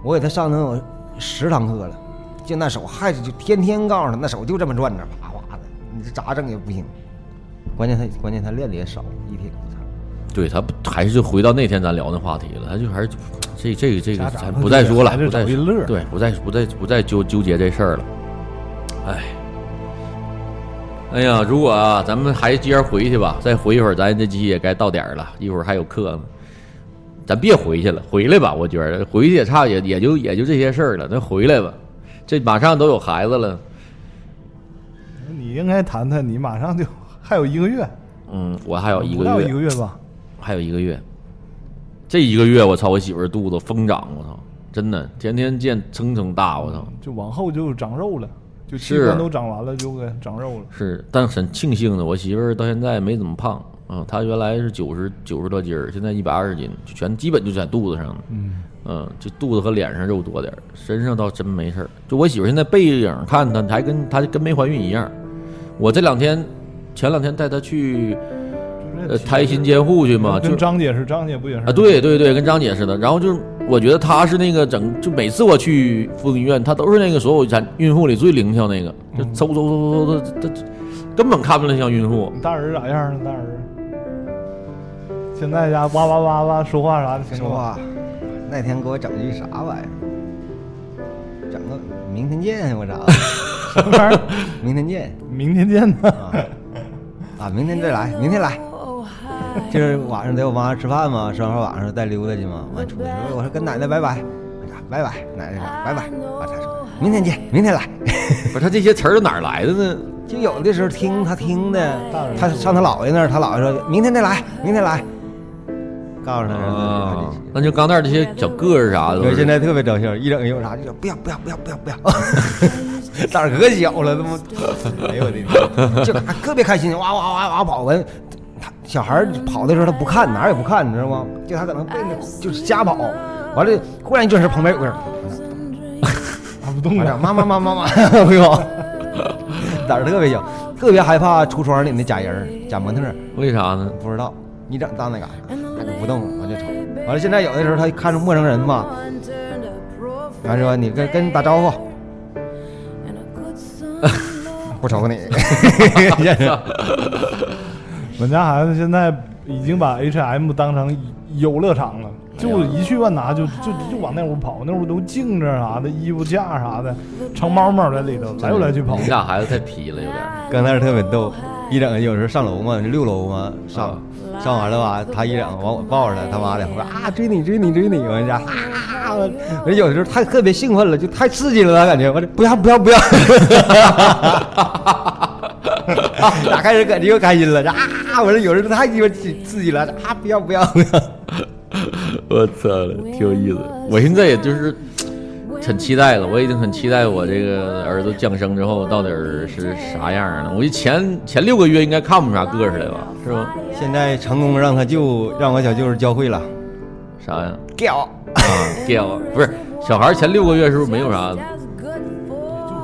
C: 我给他上能有十堂课了，就那手还是就天天告诉他，那手就这么转着，啪啪的，你这咋整也不行。关键他关键他练的也少，一天
B: 对他不还是就回到那天咱聊那话题了，他就还是就这这个这个
D: 家长
B: 咱
D: 们
B: 不再
D: 就
B: 说了，
D: 还是
B: 不再
D: 找一
B: 说
D: 乐儿
B: 对，不再不再不再纠纠结这事儿了。哎，哎呀，如果啊，咱们还接着回去吧，再回一会儿，咱这期也该到点儿了，一会儿还有课呢。咱别回去了，回来吧，我觉得回去也差也也就也就这些事儿了，咱回来吧，这马上都有孩子了。
D: 你应该谈谈，你马上就还有一个月，
B: 嗯，我还有一
D: 不
B: 个
D: 到
B: 月，
D: 一个月吧，
B: 还有一个月，这一个月我操，我媳妇儿肚子疯长，我操，真的天天见蹭蹭大，我操，
D: 就往后就长肉了，就器
B: 是
D: 官都长完了，就给长肉了。
B: 是，但很庆幸的，我媳妇儿到现在没怎么胖啊，她原来是九十九十多斤儿，现在一百二十斤，就全基本就在肚子上了，
D: 嗯，
B: 嗯，就肚子和脸上肉多点儿，身上倒真没事儿。就我媳妇儿现在背影看她，还跟她跟没怀孕一样。我这两天前两天带她去
D: 就是
B: 呃胎心监护去嘛，就
D: 跟
B: 是
D: 张姐是张姐不也是
B: 啊，对对对，跟张姐似的。然后就是，我觉得她是那个整，就每次我去妇科医院，她都是那个所有产孕妇里最灵巧那个，就嗖嗖嗖嗖嗖，她她根本看不来像孕妇。
D: 你大儿咋样啊？大儿现在家哇哇哇哇说话啥的，行
C: 说
D: 吗？
C: 话，那天给我整句啥玩意儿？整个明天见，我操！
D: 什么玩意儿？
C: 明天见
D: 明天见 呢。
C: 啊！明天再来，明天来。 就是晚上在我妈吃饭嘛，吃完饭晚上带溜达去嘛，完出去说我说跟奶奶拜拜，我说拜拜，奶奶说拜拜，完她说明天见，明天来。
B: 不是，她这些词儿哪儿来的呢？
C: 就有的时候听他听的
D: 大人，
C: 他上他姥爷那儿，他姥爷说明天再来，明天来，告诉他
B: 啊，那就钢蛋儿这些小个儿啥的
C: 我
B: 都
C: 现
B: 是。
C: 在特别招笑，一整一有啥就说不要不要不要不要不要， 胆儿可小了，他妈！哎呦我的天，就他特别开心，哇哇哇哇跑完，他小孩儿跑的时候他不看，哪儿也不看，你知道吗？就他可能背着就是瞎跑，完了忽然一转身旁边有个人，
D: 打啊不动
C: 我操
D: 了，
C: 妈妈妈妈妈，不用，胆儿特别小，特别害怕橱窗里那假人儿假模特儿，
B: 为啥呢？
C: 不知道你整当那嘎达，他就不哎动，我就瞅。完了现在有的时候他看着陌生人嘛。完说你跟跟你打招呼，不瞅你，
D: 我家孩子现在已经把 H&M 当成游乐场了，就一去万达就就就往那屋跑，那屋都镜子啥的、衣服架啥的，成猫猫在里头来回来去跑
B: 你。俩孩子太皮了，有点儿。
C: 刚才特别逗，一整有时候上楼嘛，六楼嘛，上上完了吧，他一整往我抱着他，他妈的，我说啊追你追你追你，我家啊，我有时候太特别兴奋了，就太刺激了，他感觉，我这不要不要不要， 咋开始感觉又开心了，这啊，我说有时候太鸡巴刺激了，这啊不要不要不要，
B: 我操了，挺有意思。我现在也就是很期待了，我已经很期待我这个儿子降生之后到底儿是啥样儿了。我一前前六个月应该看不出啥个儿来吧，是吧？
C: 现在成功让他舅让我小舅教会了，
B: 啥呀？
C: 屌。
B: 啊，掉不是小孩儿前六个月是不是没有啥，
D: 就是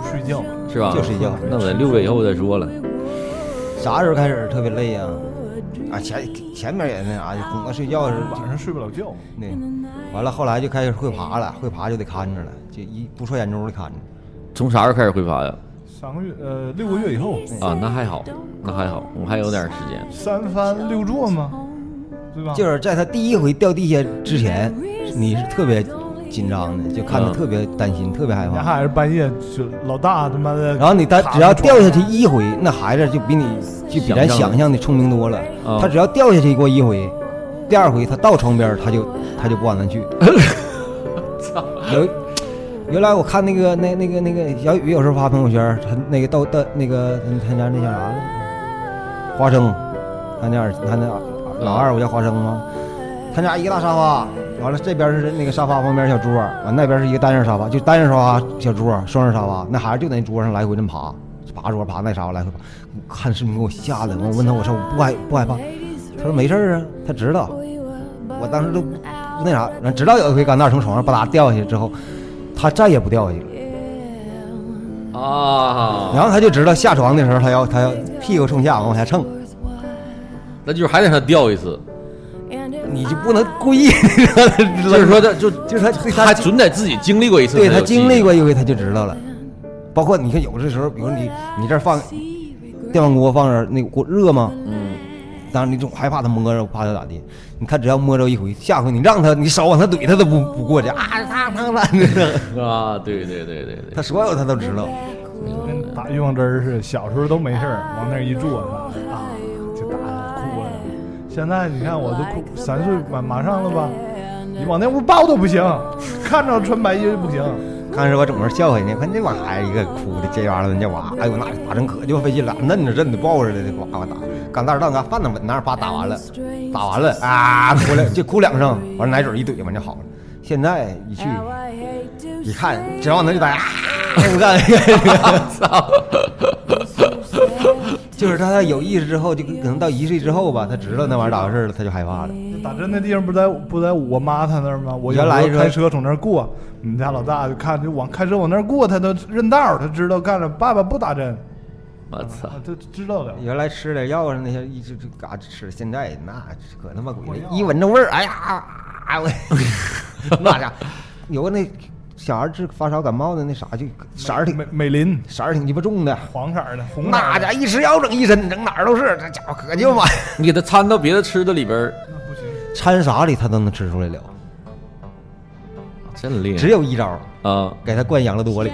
D: 睡觉，
B: 是吧？
C: 就睡觉
B: 那我得六个以后再说了。
C: 啥时候开始特别累呀、啊？前前面也那啥，就哄他睡觉是晚
D: 晚
C: 上
D: 上睡不了觉。
C: 那，完了后来就开始会爬了，会爬就得看着了，就一不说眼珠的看着。
B: 从啥时候开始会爬呀？
D: 三个月，呃，六个月以后，
B: 啊，那还好，那还好，我还有点时间。
D: 三翻六坐嘛，对吧？
C: 就是在他第一回掉地下之前，你是特别紧张的，就看他
B: 嗯
C: 特别担心，特别害
D: 那
C: 怕。
D: 还是半夜就老大他妈的，
C: 然后你他只要掉下去一回，那孩子就比你就比咱想象的聪明多了
B: 嗯。
C: 他只要掉下去过一回，第二回他到床边儿他就他就不往那去。有原来我看那个那那个那个小雨有时候发朋友圈儿，他那个到到那个他家那叫啥来着？花生，他那二他那二老二我叫花生吗？他家一个大沙发，完了这边是那个沙发旁边小桌，完那边是一个单人沙发，就单人沙发小桌，双人沙发，那孩子就在那桌上来回这么爬，爬桌爬那沙发来回爬，我看视频给我吓得，我问他我说我不害不害怕，他说没事儿啊，他知道，我当时都不那啥，然后直到有一回钢蛋儿从床上吧嗒掉下去之后，他再也不掉下去了。
B: 啊，
C: 然后他就知道下床的时候，他要他要屁股冲下往下蹭，
B: 那就是还得让他掉一次，
C: 你 就不能故意 让他知
B: 就
C: 道
B: 是说他就
C: 就是他
B: 他准得自己经历过一次，
C: 对他经历过一回，他就知道了。包括你看，有的时候，比如你你这儿放电饭锅放这儿，那锅热吗？嗯。当然，你总害怕他摸着，怕他咋地？你看，只要摸着一回，下回你让他，你手往他怼，他都不不过去啊！他他他，
B: 过啊，对对对对对，
C: 他所有他都知道。
D: 跟打预防针儿似的，小时候都没事儿，往那儿一坐，啊，就打哭了。现在你看我都哭三岁马马上了吧，你往那屋抱都不行，看着穿白衣服不行。
C: 看着我总是笑话人家，看这帮孩子一个哭的这玩意儿，这娃，哎呦那打针可就费劲了，嫩着韧的抱着的，这呱呱打，干蛋蛋干饭呢，稳那儿啪打完了，打完了啊，哭两就哭两声，完了奶嘴一怼完就好了。现在一去一看，只要能就打啊，不干，
B: 操，
C: 就是他有意识之后，就可能到一岁之后吧，他知道那玩意儿咋回事了，他就害怕了。
D: 打针的地方不在不在我妈她那儿吗？我有时候
C: 原来说
D: 开车从那儿过，我们家老大就看就往开车往那儿过，他都认道儿，他知道干着爸爸不打针，
B: 我操
D: 啊，，他知道了。
C: 原来吃点药上那些，一直就嘎吃，现在那可他妈鬼了，一闻着味儿，哎呀，啊我那家伙有个那小孩治发烧感冒的那啥，就色儿挺
D: 美美林，
C: 色儿挺鸡巴重的，
D: 黄色儿的，红色
C: 那
D: 儿的
C: 家伙一吃药整一身，整哪儿都是，这家伙可就嘛，
B: 你给他掺到别的吃的里边儿，
D: 那不行。
C: 掺啥里他都能吃出来了，
B: 真厉
C: 啊只
B: 害
C: 有一招，
B: 啊
C: 给他灌养乐多里，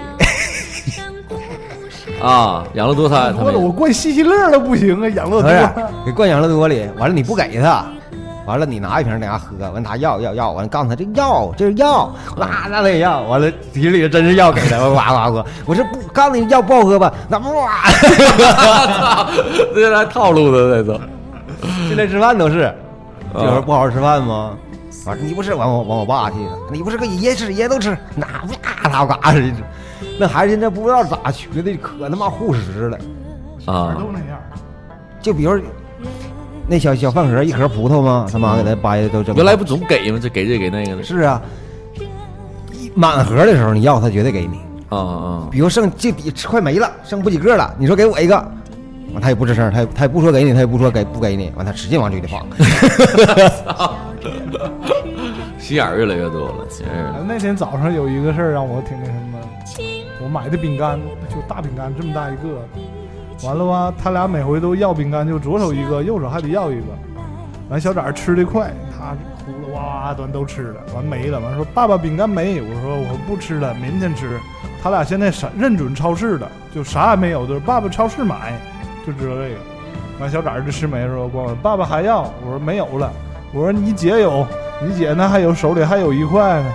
B: 啊！养乐多餐，他
D: 多了，我
B: 们
D: 灌西西乐都不行啊，养乐
C: 不
D: 多。
C: 是 给灌养乐多里，完了你不给他。完了，你拿一瓶在家喝，完他要要要，完了告诉他这药这是药，那那他也要，完了提里真是药给他， 哇哇喝，我说不，告诉你药不好喝吧，那不哇，
B: 操，这来套路的那种，
C: 进来吃饭都是，
B: 啊
C: 有时候不好好吃饭吗？完了你不吃，完我完我爸去了，你不是跟爷爷吃，爷爷都吃，那哇啦嘎嘎的，那孩子现在不知道咋学的，可他妈护食了。
B: 啊
D: 哪儿都那样。
C: 就比如那小小饭盒一盒葡萄吗？他妈给他掰的都整。
B: 原来不总给吗？这给这给那个的，
C: 是啊，一满盒的时候你要他绝对给你，
B: 啊啊
C: 比如剩这底快没了，剩不几个了，你说给我一个，完他也不吱声，他也他也不说给你，他也不说给不给你，完他使劲往嘴里放。
B: 啊，心眼儿越来越多了，真是
D: 哎那天早上有一个事儿让我挺那什么的，我买的饼干就大饼干这么大一个，完了吧，他俩每回都要饼干，就左手一个，右手还得要一个。完小崽儿吃的快，他呼噜哇哇端都吃了，完没了，完说爸爸饼干没，我说我不吃了，明天吃。他俩现在啥认准超市了，就啥也没有，就是爸爸超市买，就知道这个。完小崽儿就吃没说，管我爸爸还要，我说没有了，我说你姐有，你姐那还有手里还有一块呢，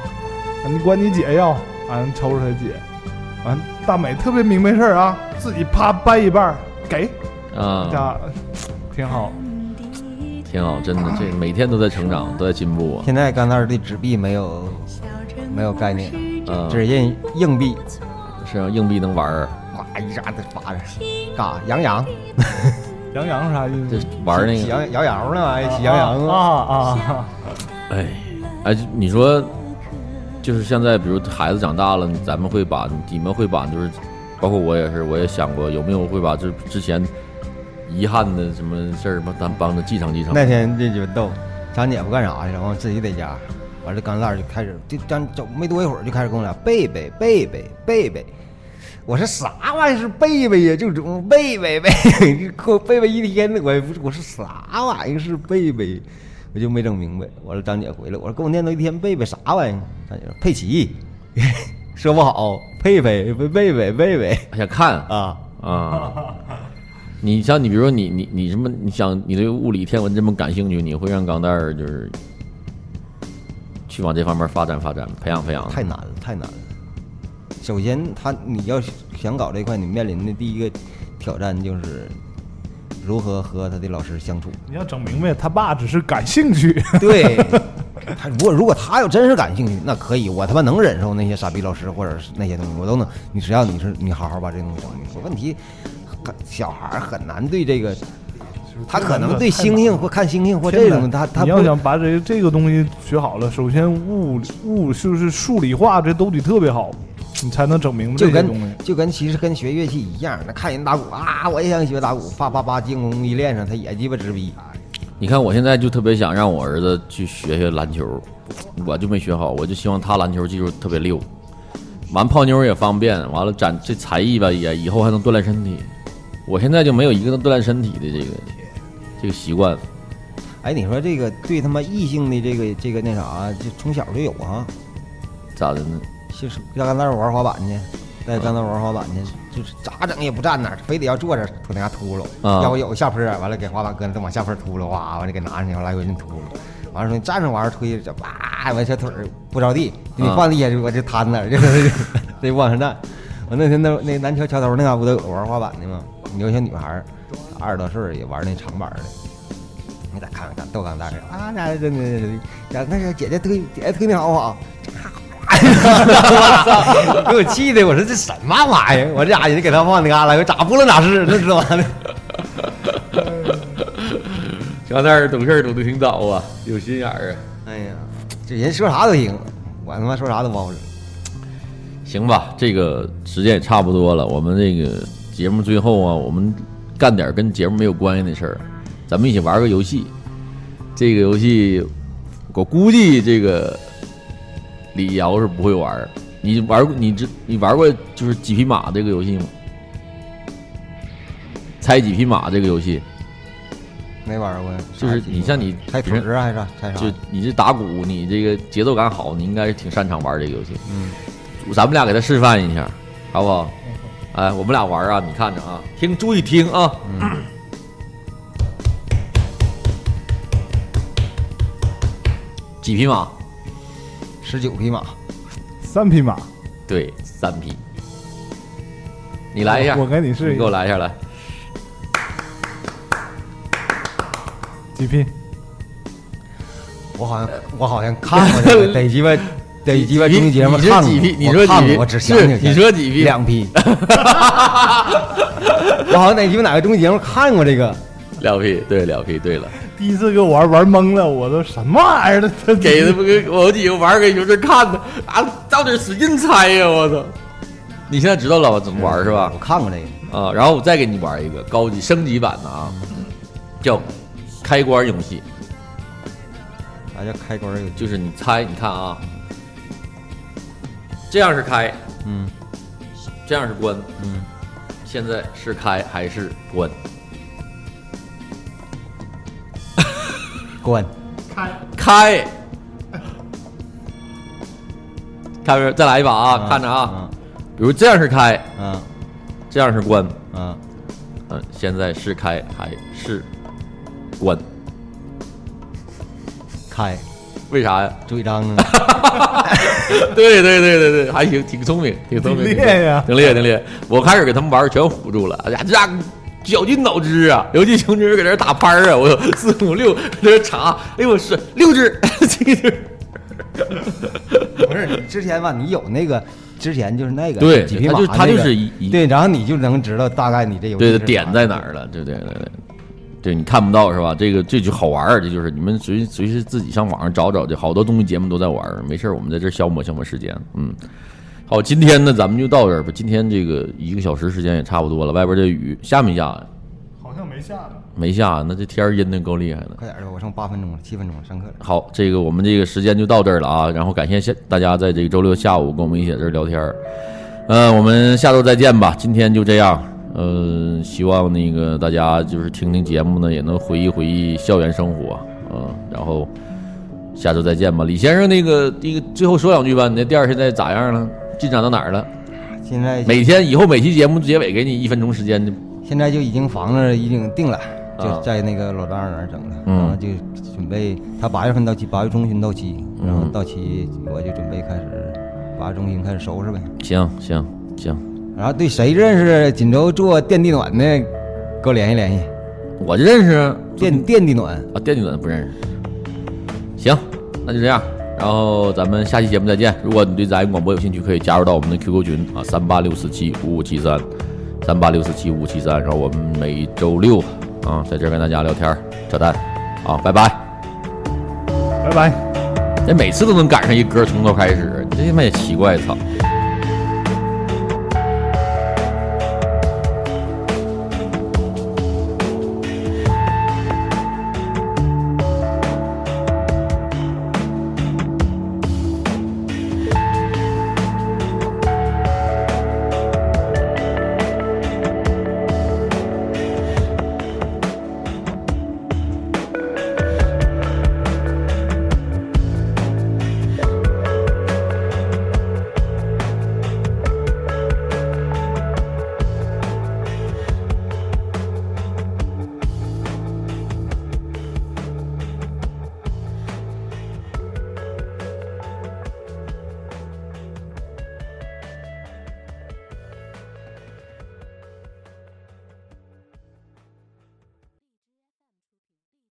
D: 啊你管你姐要，俺抽着他姐，完大美特别明白事儿啊，自己啪掰一半儿给，
B: 啊，
D: 家挺好。
B: 挺好，真的，这每天都在成长，都在进步啊，
C: 现在干那儿对纸币没有没有概念，
B: 嗯，
C: 只认硬币，
B: 是让硬币能玩儿，
C: 哇一下子扒着，嘎羊羊，
D: 杨洋是啥意
B: 这
D: 思？
B: 玩儿那
C: 喜
B: 个，
C: 羊羊羊呢，哎喜羊羊
D: 啊啊！
B: 哎，哎，你说，就是现在，比如孩子长大了，咱们会把你们会把就是，包括我也是，我也想过有没有会把这之前遗憾的什么事儿，帮咱帮着继承继承。
C: 那天这就逗，张姐夫干啥去了？完自己在家，完了钢蛋儿就开始，就张走没多一会儿就开始跟我俩贝贝贝贝贝贝。我说啥玩意儿是贝贝呀？就这种贝贝贝，给我贝贝一天的，我也不是我是啥玩意儿是贝贝，我就没整明白。完了，张姐回来，我说跟我念叨一天贝贝啥玩意儿？张姐说佩奇， 说不好，佩佩贝贝贝贝贝
B: 想看
C: 啊，
B: 啊。你像你，比如说你你你什么，你想你对物理天文这么感兴趣，你会让钢蛋儿就是去往这方面发展发展，培养培养。
C: 太难了，太难了。首先，他你要想搞这块，你面临的第一个挑战就是如何和他的老师 相处。
D: 你要整明白，他爸只是感兴趣。
C: 对，他如果如果他要真是感兴趣，那可以，我他妈能忍受那些傻逼老师或者是那些东西，我都能。你只要你是你好好把这东西整明白，问题很小孩儿很难对这个，他可能对星星或看星星或这种，他他
D: 你要
C: 不
D: 想把这这个东西学好了，首先物理物就是数理化这都得特别好，你才能整明白
C: 就
D: 这些东西
C: 跟。就跟其实跟学乐器一样，那看人打鼓啊，我也想学打鼓，叭叭叭，精工一练上，他也鸡巴直逼。
B: 你看我现在就特别想让我儿子去学学篮球，我就没学好，我就希望他篮球技术特别溜，完泡妞也方便，完了展这才艺吧也以后还能锻炼身体。我现在就没有一个能锻炼身体的这个这个习惯，
C: 哎，你说这个对他妈异性的这个这个那啥，就从小就有啊，
B: 咋的呢？
C: 就是要干那儿玩滑板去，在干那儿玩滑板去，就是咋整也不站那儿，非得要坐着从那家秃噜，
B: 啊
C: 要不有下坡儿，完了给滑板搁那往下坡儿秃噜，哇，完了给拿上去，完了来回就秃噜，完了说你站着玩儿推着，哇，完小腿儿不着地，你
B: 啊
C: 放地下就我就瘫那儿， 就是得往上站。我那天那那南桥桥头那嘎不都有玩滑板的吗？有小女孩儿，二十多岁儿也玩那长板儿的。你咋看看豆干大人啊？那真的，那那个姐姐推姐姐推你好不 好？给我气的，我说这什么玩意儿？我这家人给他往那嘎了，我咋不论哪是，那是完了。
B: 小那儿懂事儿懂得挺早啊，有心眼儿啊，
C: 哎呀，这人说啥都行，我他妈说啥都包着。
B: 行吧，这个时间也差不多了，我们这个节目最后啊，我们干点跟节目没有关系的事儿，咱们一起玩个游戏。这个游戏，我估计这个李瑶是不会玩儿。你玩过？你知你玩过就是几匹马这个游戏吗？猜几匹马这个游戏，
C: 没玩过，
B: 就是你像你
C: 猜
B: 比
C: 腿
B: 如
C: 儿啊还是啥猜啥？
B: 就你这打鼓，你这个节奏感好，你应该是挺擅长玩这个游戏。嗯，咱们俩给他示范一下，好不好？
D: 嗯
B: 哎，我们俩玩啊，你看着啊，听，注意听啊。几匹马？
C: 十九匹马，
D: 三匹马，
B: 对，三匹。你来一下，
D: 我我给你试一
B: 你给我
D: 个，
B: 来一下来。
D: 几匹？
C: 我好
B: 呃
C: 像我好像看过 这个，得鸡巴得鸡巴
B: 几匹
C: 综艺节目
B: 你是
C: 看过
B: 几匹？你
C: 我
B: 说
C: 看
B: 几
C: 过
B: 匹？
C: 我只想起来
B: 是你说几匹？
C: 两 匹。我好像哪鸡巴哪个综艺节目看过这个，
B: 两匹，对，两匹。对了，
D: 第一次给我玩玩懵了，我都什么玩意儿了？ 这
B: 给他们给我几个玩儿给有人看的啊，到底使劲猜呀！我操！你现在知道了吧？怎么玩儿是吧
C: 我？看过这个。
B: 啊，然后我再给你玩一个高级升级版的啊，
C: 嗯
B: 叫开关游戏，
C: 啥叫开关儿有？
B: 就是你猜，你看啊，这样是开，
C: 嗯，
B: 这样是关，
C: 嗯，
B: 现在是开还是关？
C: 关。
B: 开，看着再来一把啊，看着啊，比如这样是开，
C: 嗯，嗯
B: 这样是关，
C: 嗯嗯。
B: 嗯，现在是开还是关？
C: 开，
B: 为啥呀？
C: 嘴张啊！
B: 对对对对对，还行，挺聪明，挺聪明，
D: 挺厉害呀
B: 挺厉害，挺厉害。我开始给他们玩儿全唬住了，哎呀，这家绞尽脑汁啊，尤其熊军搁这儿打拍儿啊，我四五六搁这儿查，哎呦我是六只，这 只，
C: 不是你之前吧，你有那个之前就是那个
B: 对
C: 几匹
B: 他
C: 马
B: 就是
C: 那个，
B: 他就是一一
C: 对，然后你就能知道大概你这游戏
B: 对的
C: 是啥
B: 点在哪儿了，对对对对。对你看不到是吧？这个这就好玩儿，这就是你们随随时自己上网上找找，这好多综艺节目都在玩儿，没事儿我们在这儿消磨消磨时间。嗯，好，今天呢咱们就到这儿吧。今天这个一个小时时间也差不多了，外边这雨下没下啊呀？
D: 好像没下呢。
B: 没下，那这天儿阴的够厉害的。
C: 快点儿吧，我剩八分钟了，七分钟了，上课了。
B: 好，这个我们这个时间就到这儿了啊，然后感谢下大家在这个周六下午跟我们一起在这儿聊天儿，呃，我们下周再见吧，今天就这样，呃，希望那个大家就是听听节目呢，也能回忆回忆校园生活，嗯、然后下周再见吧，李先生，那个第一个最后说两句吧，你那店儿现在咋样了？进展到哪儿了？
C: 啊现在
B: 每天以后每期节目结尾给你一分钟时间，
C: 现在就已经房子已经定了，
B: 啊
C: 就在那个老丈人那儿整的，
B: 嗯
C: 然后就准备他八月份到期，八月中旬到期，然
B: 嗯
C: 后到期我就准备开始八月中旬开始收拾呗。
B: 行行行，
C: 然后对谁认识锦州做电地暖的，给我联系联系，
B: 我就认识啊
C: 电电地暖。
B: 啊，电锯人不认识。行，那就这样，然后咱们下期节目再见。如果你对杂音广播有兴趣，可以加入到我们的 QQ 群啊，三八六四七五五七三，三八六四七五五七三。然后我们每周六啊，在这儿跟大家聊天儿扯淡啊，拜哎拜。
D: 拜拜。
B: 这每次都能赶上一歌从头开始，这他妈也奇怪，操！